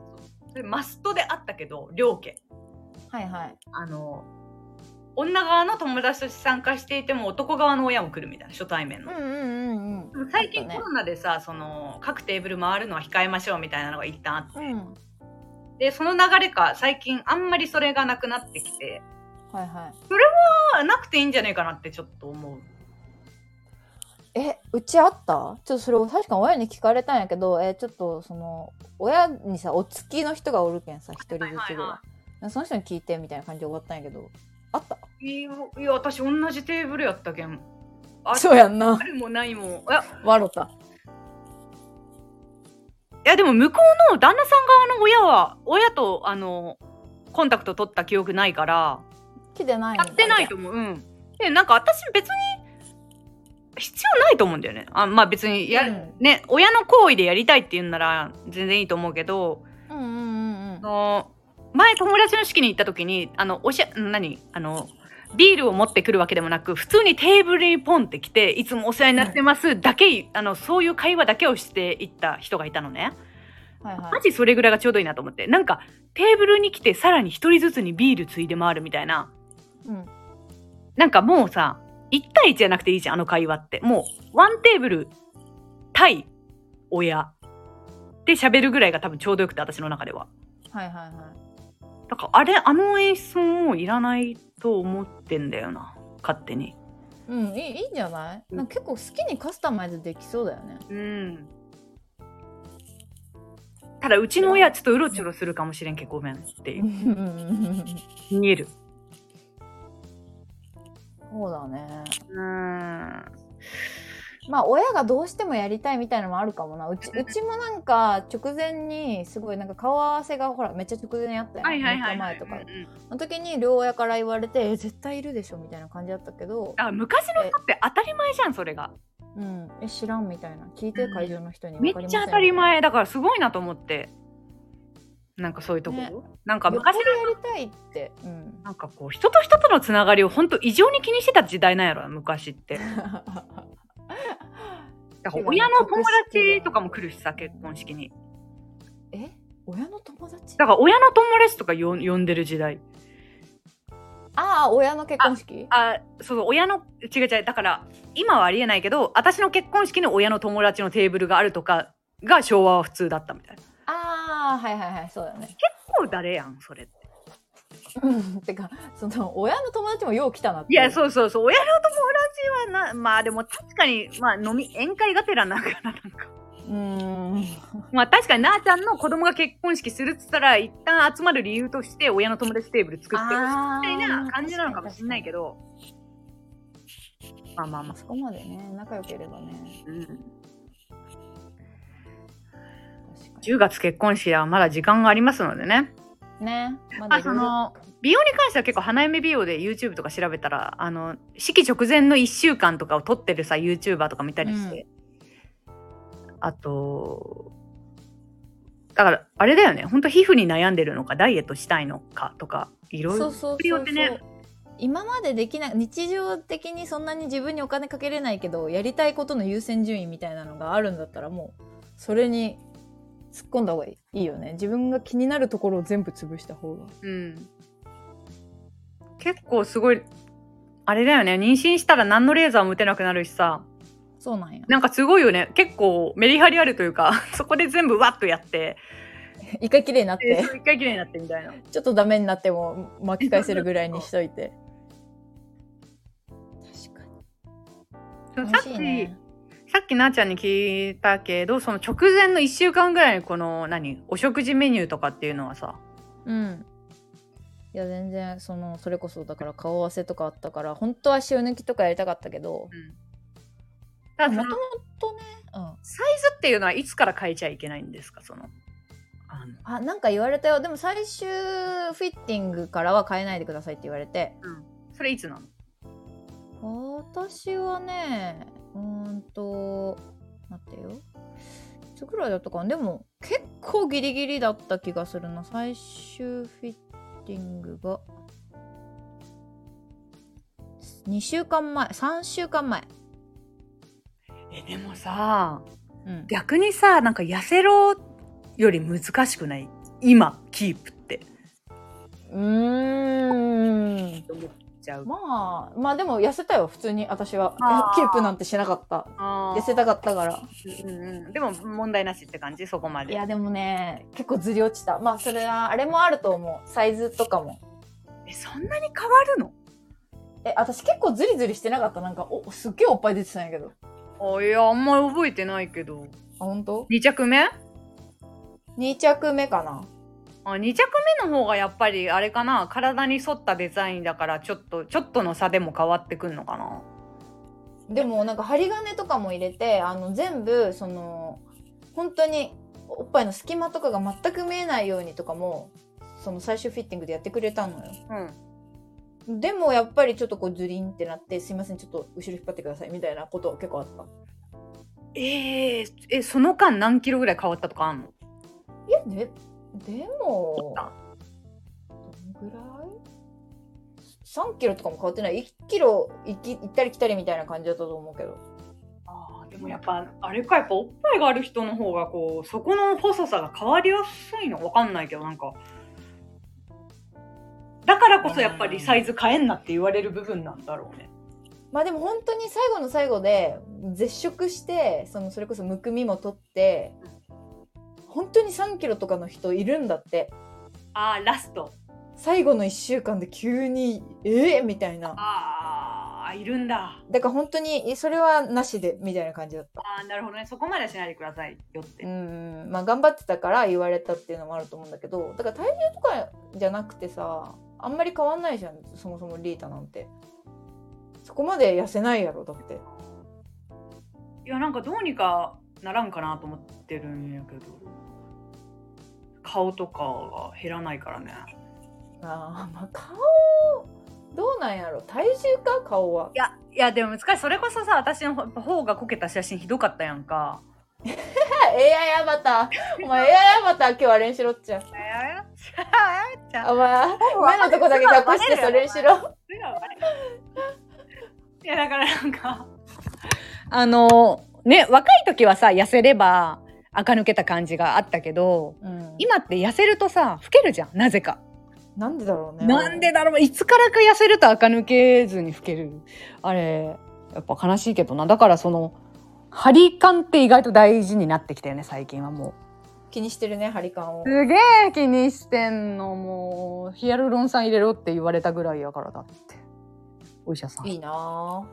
[SPEAKER 1] それマストであったけど両家
[SPEAKER 2] いはい。
[SPEAKER 1] あの女側の友達として参加していても男側の親も来るみたいな初対面
[SPEAKER 2] う
[SPEAKER 1] の
[SPEAKER 2] ん。うんうん
[SPEAKER 1] で
[SPEAKER 2] うん。
[SPEAKER 1] も最近
[SPEAKER 2] あった
[SPEAKER 1] コ
[SPEAKER 2] ね
[SPEAKER 1] ロナでさ、その各テーブル回るのは控えましょうみたいなのが一旦あって、
[SPEAKER 2] うん。
[SPEAKER 1] でその流れか最近あんまりそれがなくなってきて
[SPEAKER 2] はいは
[SPEAKER 1] まあなくていいんじゃないかなってちょっと思う
[SPEAKER 2] い。え、うちあったちょっとそれを確か親に聞かれたんやけど、え、ちょっとその、親にさ、お付きの人がおるけんさ、一人ずつぐらい。
[SPEAKER 1] はいは
[SPEAKER 2] その人に聞いてみたいな感じで終わったんやけど、あった
[SPEAKER 1] いやいや私同じテーブルやったけんあ
[SPEAKER 2] そうやんな
[SPEAKER 1] あ。るもないもんいや
[SPEAKER 2] 笑った。
[SPEAKER 1] いやでも向こうの旦那さん側の親は親とあのコンタクト取った記憶ないから
[SPEAKER 2] 来てないん
[SPEAKER 1] や
[SPEAKER 2] だ
[SPEAKER 1] ってないと思ううんでなんか私別に必要ないと思うんだよねあまあ別にや、
[SPEAKER 2] うん
[SPEAKER 1] ね親の行為でやりたいって言うんなら全然いいと思うけど
[SPEAKER 2] うんうんうんう
[SPEAKER 1] あ
[SPEAKER 2] ん。
[SPEAKER 1] の前友達の式に行った時にあのおしゃ何あのビールを持ってくるわけでもなく普通にテーブルにポンって来ていつもお世話になってますだけ、あのそういう会話だけをしていった人がいたのね。
[SPEAKER 2] はいは
[SPEAKER 1] マ
[SPEAKER 2] い。
[SPEAKER 1] ジそれぐらいがちょうどいいなと思ってなんかテーブルに来てさらに一人ずつにビールついで回るみたいな
[SPEAKER 2] うん。
[SPEAKER 1] なんかもうさ1対1じゃなくていいじゃんあの会話ってもうワンテーブル対親で喋るぐらいが多分ちょうどよくて私の中では
[SPEAKER 2] はいはいはい。
[SPEAKER 1] だからあれあの演出ももういらないと思ってんだよな勝手に
[SPEAKER 2] うん、いいいいんじゃない
[SPEAKER 1] うん
[SPEAKER 2] なんか結構好きにカスタマイズできそうだよね。
[SPEAKER 1] うんただうちの親ちょっとうろちょろするかもしれんけどごめんっていう見える
[SPEAKER 2] そうだね。
[SPEAKER 1] うん
[SPEAKER 2] まあ親がどうしてもやりたいみたいなのもあるかもな。うちうちもなんか直前にすごいなんか顔合わせがほらめっちゃ直前にあったよ。
[SPEAKER 1] はいはいはい、
[SPEAKER 2] 3日前とか。の時に両親から言われてえ絶対いるでしょみたいな感じだったけど、
[SPEAKER 1] あ昔の人って当たり前じゃんそれが
[SPEAKER 2] うん、え知らんみたいな聞いて会場の人に
[SPEAKER 1] めっ
[SPEAKER 2] わかりま
[SPEAKER 1] ち
[SPEAKER 2] せん
[SPEAKER 1] ゃ当たり前だからすごいなと思ってなんかそういうとこ、
[SPEAKER 2] ね
[SPEAKER 1] なんか
[SPEAKER 2] みたいな。
[SPEAKER 1] 昔
[SPEAKER 2] 昔
[SPEAKER 1] の
[SPEAKER 2] でやりたいって、うん、
[SPEAKER 1] なんかこう人と人とのつながりを本当異常に気にしてた時代なんやろな昔って だから親の友達とかも来るしさ結婚式に
[SPEAKER 2] え親の友達
[SPEAKER 1] だから親の友達とかよ呼んでる時代
[SPEAKER 2] ああ親の結婚式
[SPEAKER 1] あそうそう親の違う違うだから今はありえないけど私の結婚式に親の友達のテーブルがあるとかが昭和は普通だったみたいな結
[SPEAKER 2] ああはいはいはいそうだね。
[SPEAKER 1] 構誰やんそれって
[SPEAKER 2] うんてかその親の友達もよう来たなって
[SPEAKER 1] いや
[SPEAKER 2] う
[SPEAKER 1] そうそうそう親の友達はなまあでも確かにまあ飲み宴会がてらなんかななんか
[SPEAKER 2] うーん
[SPEAKER 1] まあ確かになあちゃんの子供が結婚式するっつったら一旦集まる理由として親の友達テーブル作ってるみたいな感じなのかもしれないけど
[SPEAKER 2] ど
[SPEAKER 1] まあまあまあ
[SPEAKER 2] そこまでね仲良ければね
[SPEAKER 1] うん
[SPEAKER 2] 確か
[SPEAKER 1] 10月結婚式はまだ時間がありますのでね
[SPEAKER 2] にねま
[SPEAKER 1] あその美容に関しては結構花嫁美容で YouTube とか調べたらあの式直前の1週間とかを撮ってるさ YouTuber とか見たりして、あとだからあれだよねほんと皮膚に悩んでるのかダイエットしたいのかとかいろい
[SPEAKER 2] そう
[SPEAKER 1] ろ
[SPEAKER 2] そう
[SPEAKER 1] 美
[SPEAKER 2] そ
[SPEAKER 1] 容
[SPEAKER 2] う
[SPEAKER 1] って
[SPEAKER 2] そ
[SPEAKER 1] ね
[SPEAKER 2] う今までできない日常的にそんなに自分にお金かけれないけどやりたいことの優先順位みたいなのがあるんだったらもうそれに突っ込んだ方がいいいいよね自分が気になるところを全部潰した方が
[SPEAKER 1] うん結構すごいあれだよね妊娠したら何のレーザーも打てなくなるしさ
[SPEAKER 2] そうなん や
[SPEAKER 1] なんかすごいよね結構メリハリあるというかそこで全部わっとやって
[SPEAKER 2] 一回綺麗になっ
[SPEAKER 1] で
[SPEAKER 2] て
[SPEAKER 1] 一回きれいになってみたいな。
[SPEAKER 2] ちょっとダメになっても巻き返せるぐらいにしとい て確か
[SPEAKER 1] そう
[SPEAKER 2] に
[SPEAKER 1] さ
[SPEAKER 2] 楽
[SPEAKER 1] っき、
[SPEAKER 2] しいね
[SPEAKER 1] さっきなあちゃんに聞いたけどその直前の1週間ぐらいのこの何お食事メニューとかっていうのはさ
[SPEAKER 2] うんいや全然そのそれこそだから顔合わせとかあったから本当は塩抜きとかやりたかったけど
[SPEAKER 1] ただ
[SPEAKER 2] も
[SPEAKER 1] そ
[SPEAKER 2] と
[SPEAKER 1] の
[SPEAKER 2] もとね、うん、
[SPEAKER 1] サイズっていうのはいつから変えちゃいけないんですかそのあの
[SPEAKER 2] あなんか言われたよでも最終フィッティングからは変えないでくださいって言われて
[SPEAKER 1] それいつなの
[SPEAKER 2] 私はねうーんと待ってよいつぐらいだったかなでも結構ギリギリだった気がするな最終フィッティングが2週間前3週間前
[SPEAKER 1] えでもさ
[SPEAKER 2] うん
[SPEAKER 1] 逆にさなんか痩せろより難しくない今キープって
[SPEAKER 2] うーん
[SPEAKER 1] 思っちゃう
[SPEAKER 2] まあまあでも痩せたよ普通に私は
[SPEAKER 1] あー
[SPEAKER 2] キープなんてしなかった
[SPEAKER 1] あ
[SPEAKER 2] 痩せたかったから
[SPEAKER 1] うんうんでも問題なしって感じそこま
[SPEAKER 2] い
[SPEAKER 1] で
[SPEAKER 2] やでもね結構ずり落ちたまあそれはあれもあると思うサイズとかも
[SPEAKER 1] えそんなに変わるの
[SPEAKER 2] え私結構ずりずりしてなかったなんかおすっげえおっぱい出てたんやけど
[SPEAKER 1] あいやあんまり覚えてないけど
[SPEAKER 2] あ本当
[SPEAKER 1] 2着目
[SPEAKER 2] 2着目かな
[SPEAKER 1] あ2着目の方がやっぱりあれかな体に沿ったデザインだからちょっとちょっとの差でも変わってくんのかな
[SPEAKER 2] でもなんか針金とかも入れてあの全部その本当におっぱいの隙間とかが全く見えないようにとかもその最終フィッティングでやってくれたのよ
[SPEAKER 1] うん
[SPEAKER 2] でもやっぱりちょっとこうズリンってなってすいませんちょっと後ろ引っ張ってくださいみたいなこと結構あった
[SPEAKER 1] えー、えその間何キロぐらい変わったとかあんの
[SPEAKER 2] いやででも
[SPEAKER 1] あ
[SPEAKER 2] どのぐらい3キロとかも変わってない1キロ行き行ったり来たりみたいな感じだったと思うけど
[SPEAKER 1] あーでもやっぱあれかやっぱおっぱいがある人の方がこうそこの細さが変わりやすいのわかんないけどなんかだからこそやっぱりサイズ変えんなって言われる部分なんだろうね。
[SPEAKER 2] まあでも本当に最後の最後で絶食してそのそれこそむくみも取って本当に3キロとかの人いるんだって
[SPEAKER 1] あーラスト
[SPEAKER 2] 最後の1週間で急にえー、みたいな
[SPEAKER 1] あーいるんだ
[SPEAKER 2] だから本当にそれはなしでみたいな感じだった
[SPEAKER 1] あーなるほどねそこまでしないでくださいよって。
[SPEAKER 2] うんまあ頑張ってたから言われたっていうのもあると思うんだけどだから体重とかじゃなくてさあんまり変わんないじゃんそもそもリータなんてそこまで痩せないやろだって
[SPEAKER 1] いやなんかどうにかならんかなと思ってるんやけど顔とかが減らないからね
[SPEAKER 2] あーまあ顔どうなんやろ体重か顔はい
[SPEAKER 1] やいやでも難しいそれこそさ私の方がこけた写真ひどかったやんか
[SPEAKER 2] エアアバターお 前エアアバター今日は練習ろっち
[SPEAKER 1] え
[SPEAKER 2] ゃ
[SPEAKER 1] やちゃ
[SPEAKER 2] お前前のとこだけ隠してそれにしろ
[SPEAKER 1] いやだからなんかあのね若い時はさ痩せれば垢抜けた感じがあったけど
[SPEAKER 2] うん
[SPEAKER 1] 今って痩せるとさ老けるじゃんなぜか
[SPEAKER 2] なんでだろうね
[SPEAKER 1] なんでだろういつからか痩せると垢抜けずに老けるあれやっぱ悲しいけどなだからその張り感って意外と大事になってきたよね最近はも
[SPEAKER 2] 気にしてるねハリカンを
[SPEAKER 1] うすげえ気にしてんのもうヒアルロン酸入れろって言われたぐらいやからだってお医者さん
[SPEAKER 2] いいなぁ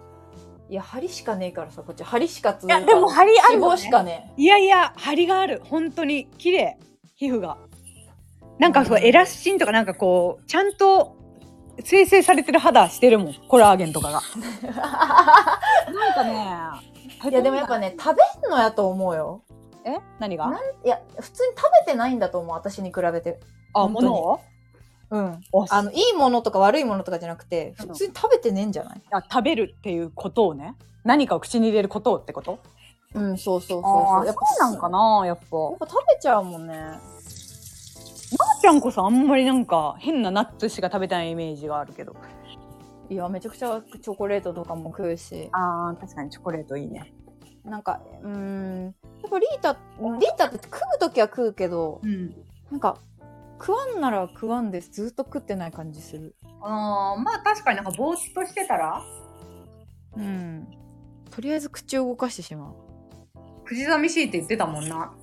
[SPEAKER 2] いや針しかねえからさこっち針しかつい
[SPEAKER 1] 張り
[SPEAKER 2] 脂肪しかね
[SPEAKER 1] いやいや張りがある本当に綺麗皮膚がなんかそうエラスチンとかなんかこうちゃんと生成されてる肌してるもんコラーゲンとかが
[SPEAKER 2] え
[SPEAKER 1] なんかね。
[SPEAKER 2] いやでもやっぱね食べんのやと思うよ
[SPEAKER 1] え何が
[SPEAKER 2] なんいや普通に食べてないんだと思う私に比べて
[SPEAKER 1] あ、
[SPEAKER 2] 本当に
[SPEAKER 1] 物を
[SPEAKER 2] うん
[SPEAKER 1] あ
[SPEAKER 2] あ
[SPEAKER 1] の
[SPEAKER 2] のいいものとか悪いものとかじゃなくて普通に食べてねえんじゃない
[SPEAKER 1] あ食べるっていうことをね。何かを口に入れることをってこと
[SPEAKER 2] うんそうそうそう
[SPEAKER 1] あ
[SPEAKER 2] そ
[SPEAKER 1] あ
[SPEAKER 2] う
[SPEAKER 1] ー、
[SPEAKER 2] やっぱ
[SPEAKER 1] そうなんかな、やっぱ。
[SPEAKER 2] やっ
[SPEAKER 1] ま
[SPEAKER 2] ぱ食べちゃうもんね
[SPEAKER 1] ーちゃんこそあんまりなんか変なナッツしか食べたいイメージがあるけど。
[SPEAKER 2] いやめちゃくちゃチョコレートとかも食うし
[SPEAKER 1] ああ、確かにチョコレートいいね。
[SPEAKER 2] なんかうーんやっぱリータリータって食う時は食うけど
[SPEAKER 1] うん。
[SPEAKER 2] なんか食わんなら食わんでずっと食ってない感じする
[SPEAKER 1] ああ、まあ確かになんかぼーっとしてたら、
[SPEAKER 2] うんとりあえず口を動かしてしまう
[SPEAKER 1] 口寂しいって言ってたもんな。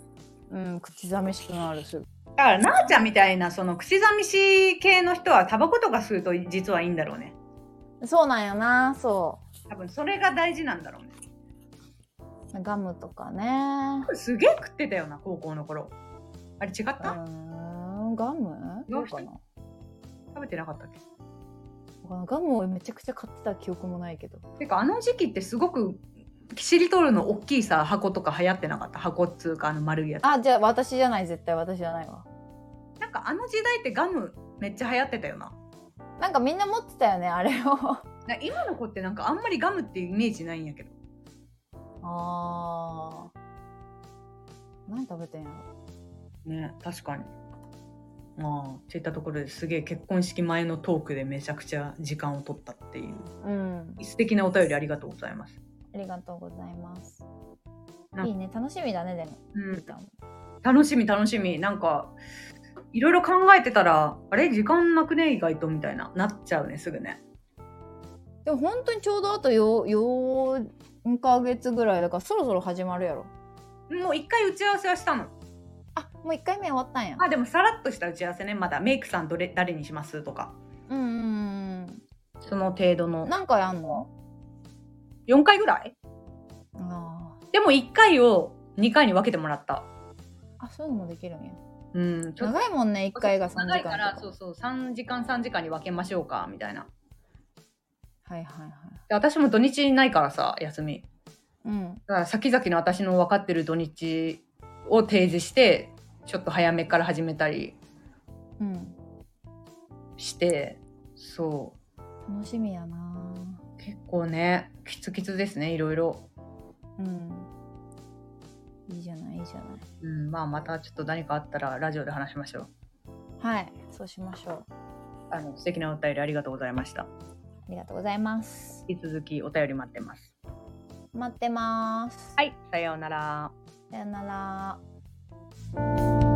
[SPEAKER 2] うん口寂しくなるする
[SPEAKER 1] だから、なーちゃんみたいな、その、口寂しい系の人は、タバコとか吸うと実はいいんだろうね。
[SPEAKER 2] そうなんやなそ
[SPEAKER 1] 多分、それが大事なんだろうね。
[SPEAKER 2] うガムとかね
[SPEAKER 1] すげえ食ってたよな、高校の頃。あれ違った、
[SPEAKER 2] うーんガムどうかな
[SPEAKER 1] 食べてなかったっけ
[SPEAKER 2] ガムをめちゃくちゃ買ってた記憶もないけど
[SPEAKER 1] てかあの時期ってすごくキシリトールの大きいさ箱とか流行ってなかった箱っつうかあの丸いやつ
[SPEAKER 2] あじゃあ私じゃない絶対私じゃないわ
[SPEAKER 1] なんかあの時代ってガムめっちゃ流行ってたよな
[SPEAKER 2] なんかみんな持ってたよねあれを
[SPEAKER 1] な今の子ってなんかあんまりガムっていうイメージないんやけど
[SPEAKER 2] あー何食べてんやろ
[SPEAKER 1] ね確かにまあといったところですげえ結婚式前のトークでめちゃくちゃ時間を取ったっていう
[SPEAKER 2] うん
[SPEAKER 1] 素敵なお便りありがとうございます
[SPEAKER 2] ありがとうございます
[SPEAKER 1] なん
[SPEAKER 2] いいね楽しみだねでも、
[SPEAKER 1] うん楽しみ楽しみなんかいろいろ考えてたらあれ時間なくね意外とみたいななっちゃうねすぐね
[SPEAKER 2] でも本当にちょうどあとよよ4ヶ月ぐらいだからそろそろ始まるやろ
[SPEAKER 1] もう一回打ち合わせはしたの
[SPEAKER 2] あもう1回目終わったんや
[SPEAKER 1] あでもさらっとした打ち合わせねまだメイクさんどれ誰にしますとか
[SPEAKER 2] うんうん
[SPEAKER 1] その程度
[SPEAKER 2] う
[SPEAKER 1] の
[SPEAKER 2] ん何回あんの
[SPEAKER 1] 4回ぐらい
[SPEAKER 2] あ
[SPEAKER 1] でも1回を2回に分けてもらった
[SPEAKER 2] ーあそういうのもできるんや
[SPEAKER 1] うんちょっと
[SPEAKER 2] 長いもんね1回が3時間
[SPEAKER 1] 長いから
[SPEAKER 2] と
[SPEAKER 1] そうそう3時間3時間に分けましょうかみたいな
[SPEAKER 2] はいはいはい
[SPEAKER 1] で私も土日ないからさ休み
[SPEAKER 2] うん
[SPEAKER 1] だから先々の私の分かってる土日を提示してちょっと早めから始めたり
[SPEAKER 2] うん
[SPEAKER 1] してそう
[SPEAKER 2] 楽しみやな
[SPEAKER 1] 結構ねキツキツですねいろいろ。
[SPEAKER 2] うんいいじゃないいいじゃない
[SPEAKER 1] うん、まあまたちょっと何かあったらラジオで話しましょう。
[SPEAKER 2] はいそうしましょう
[SPEAKER 1] あの素敵なお便りありがとうございました。
[SPEAKER 2] ありがとうございます
[SPEAKER 1] 引き続きお便り待ってます。
[SPEAKER 2] 待ってます。
[SPEAKER 1] はい、さようなら。
[SPEAKER 2] さよなら。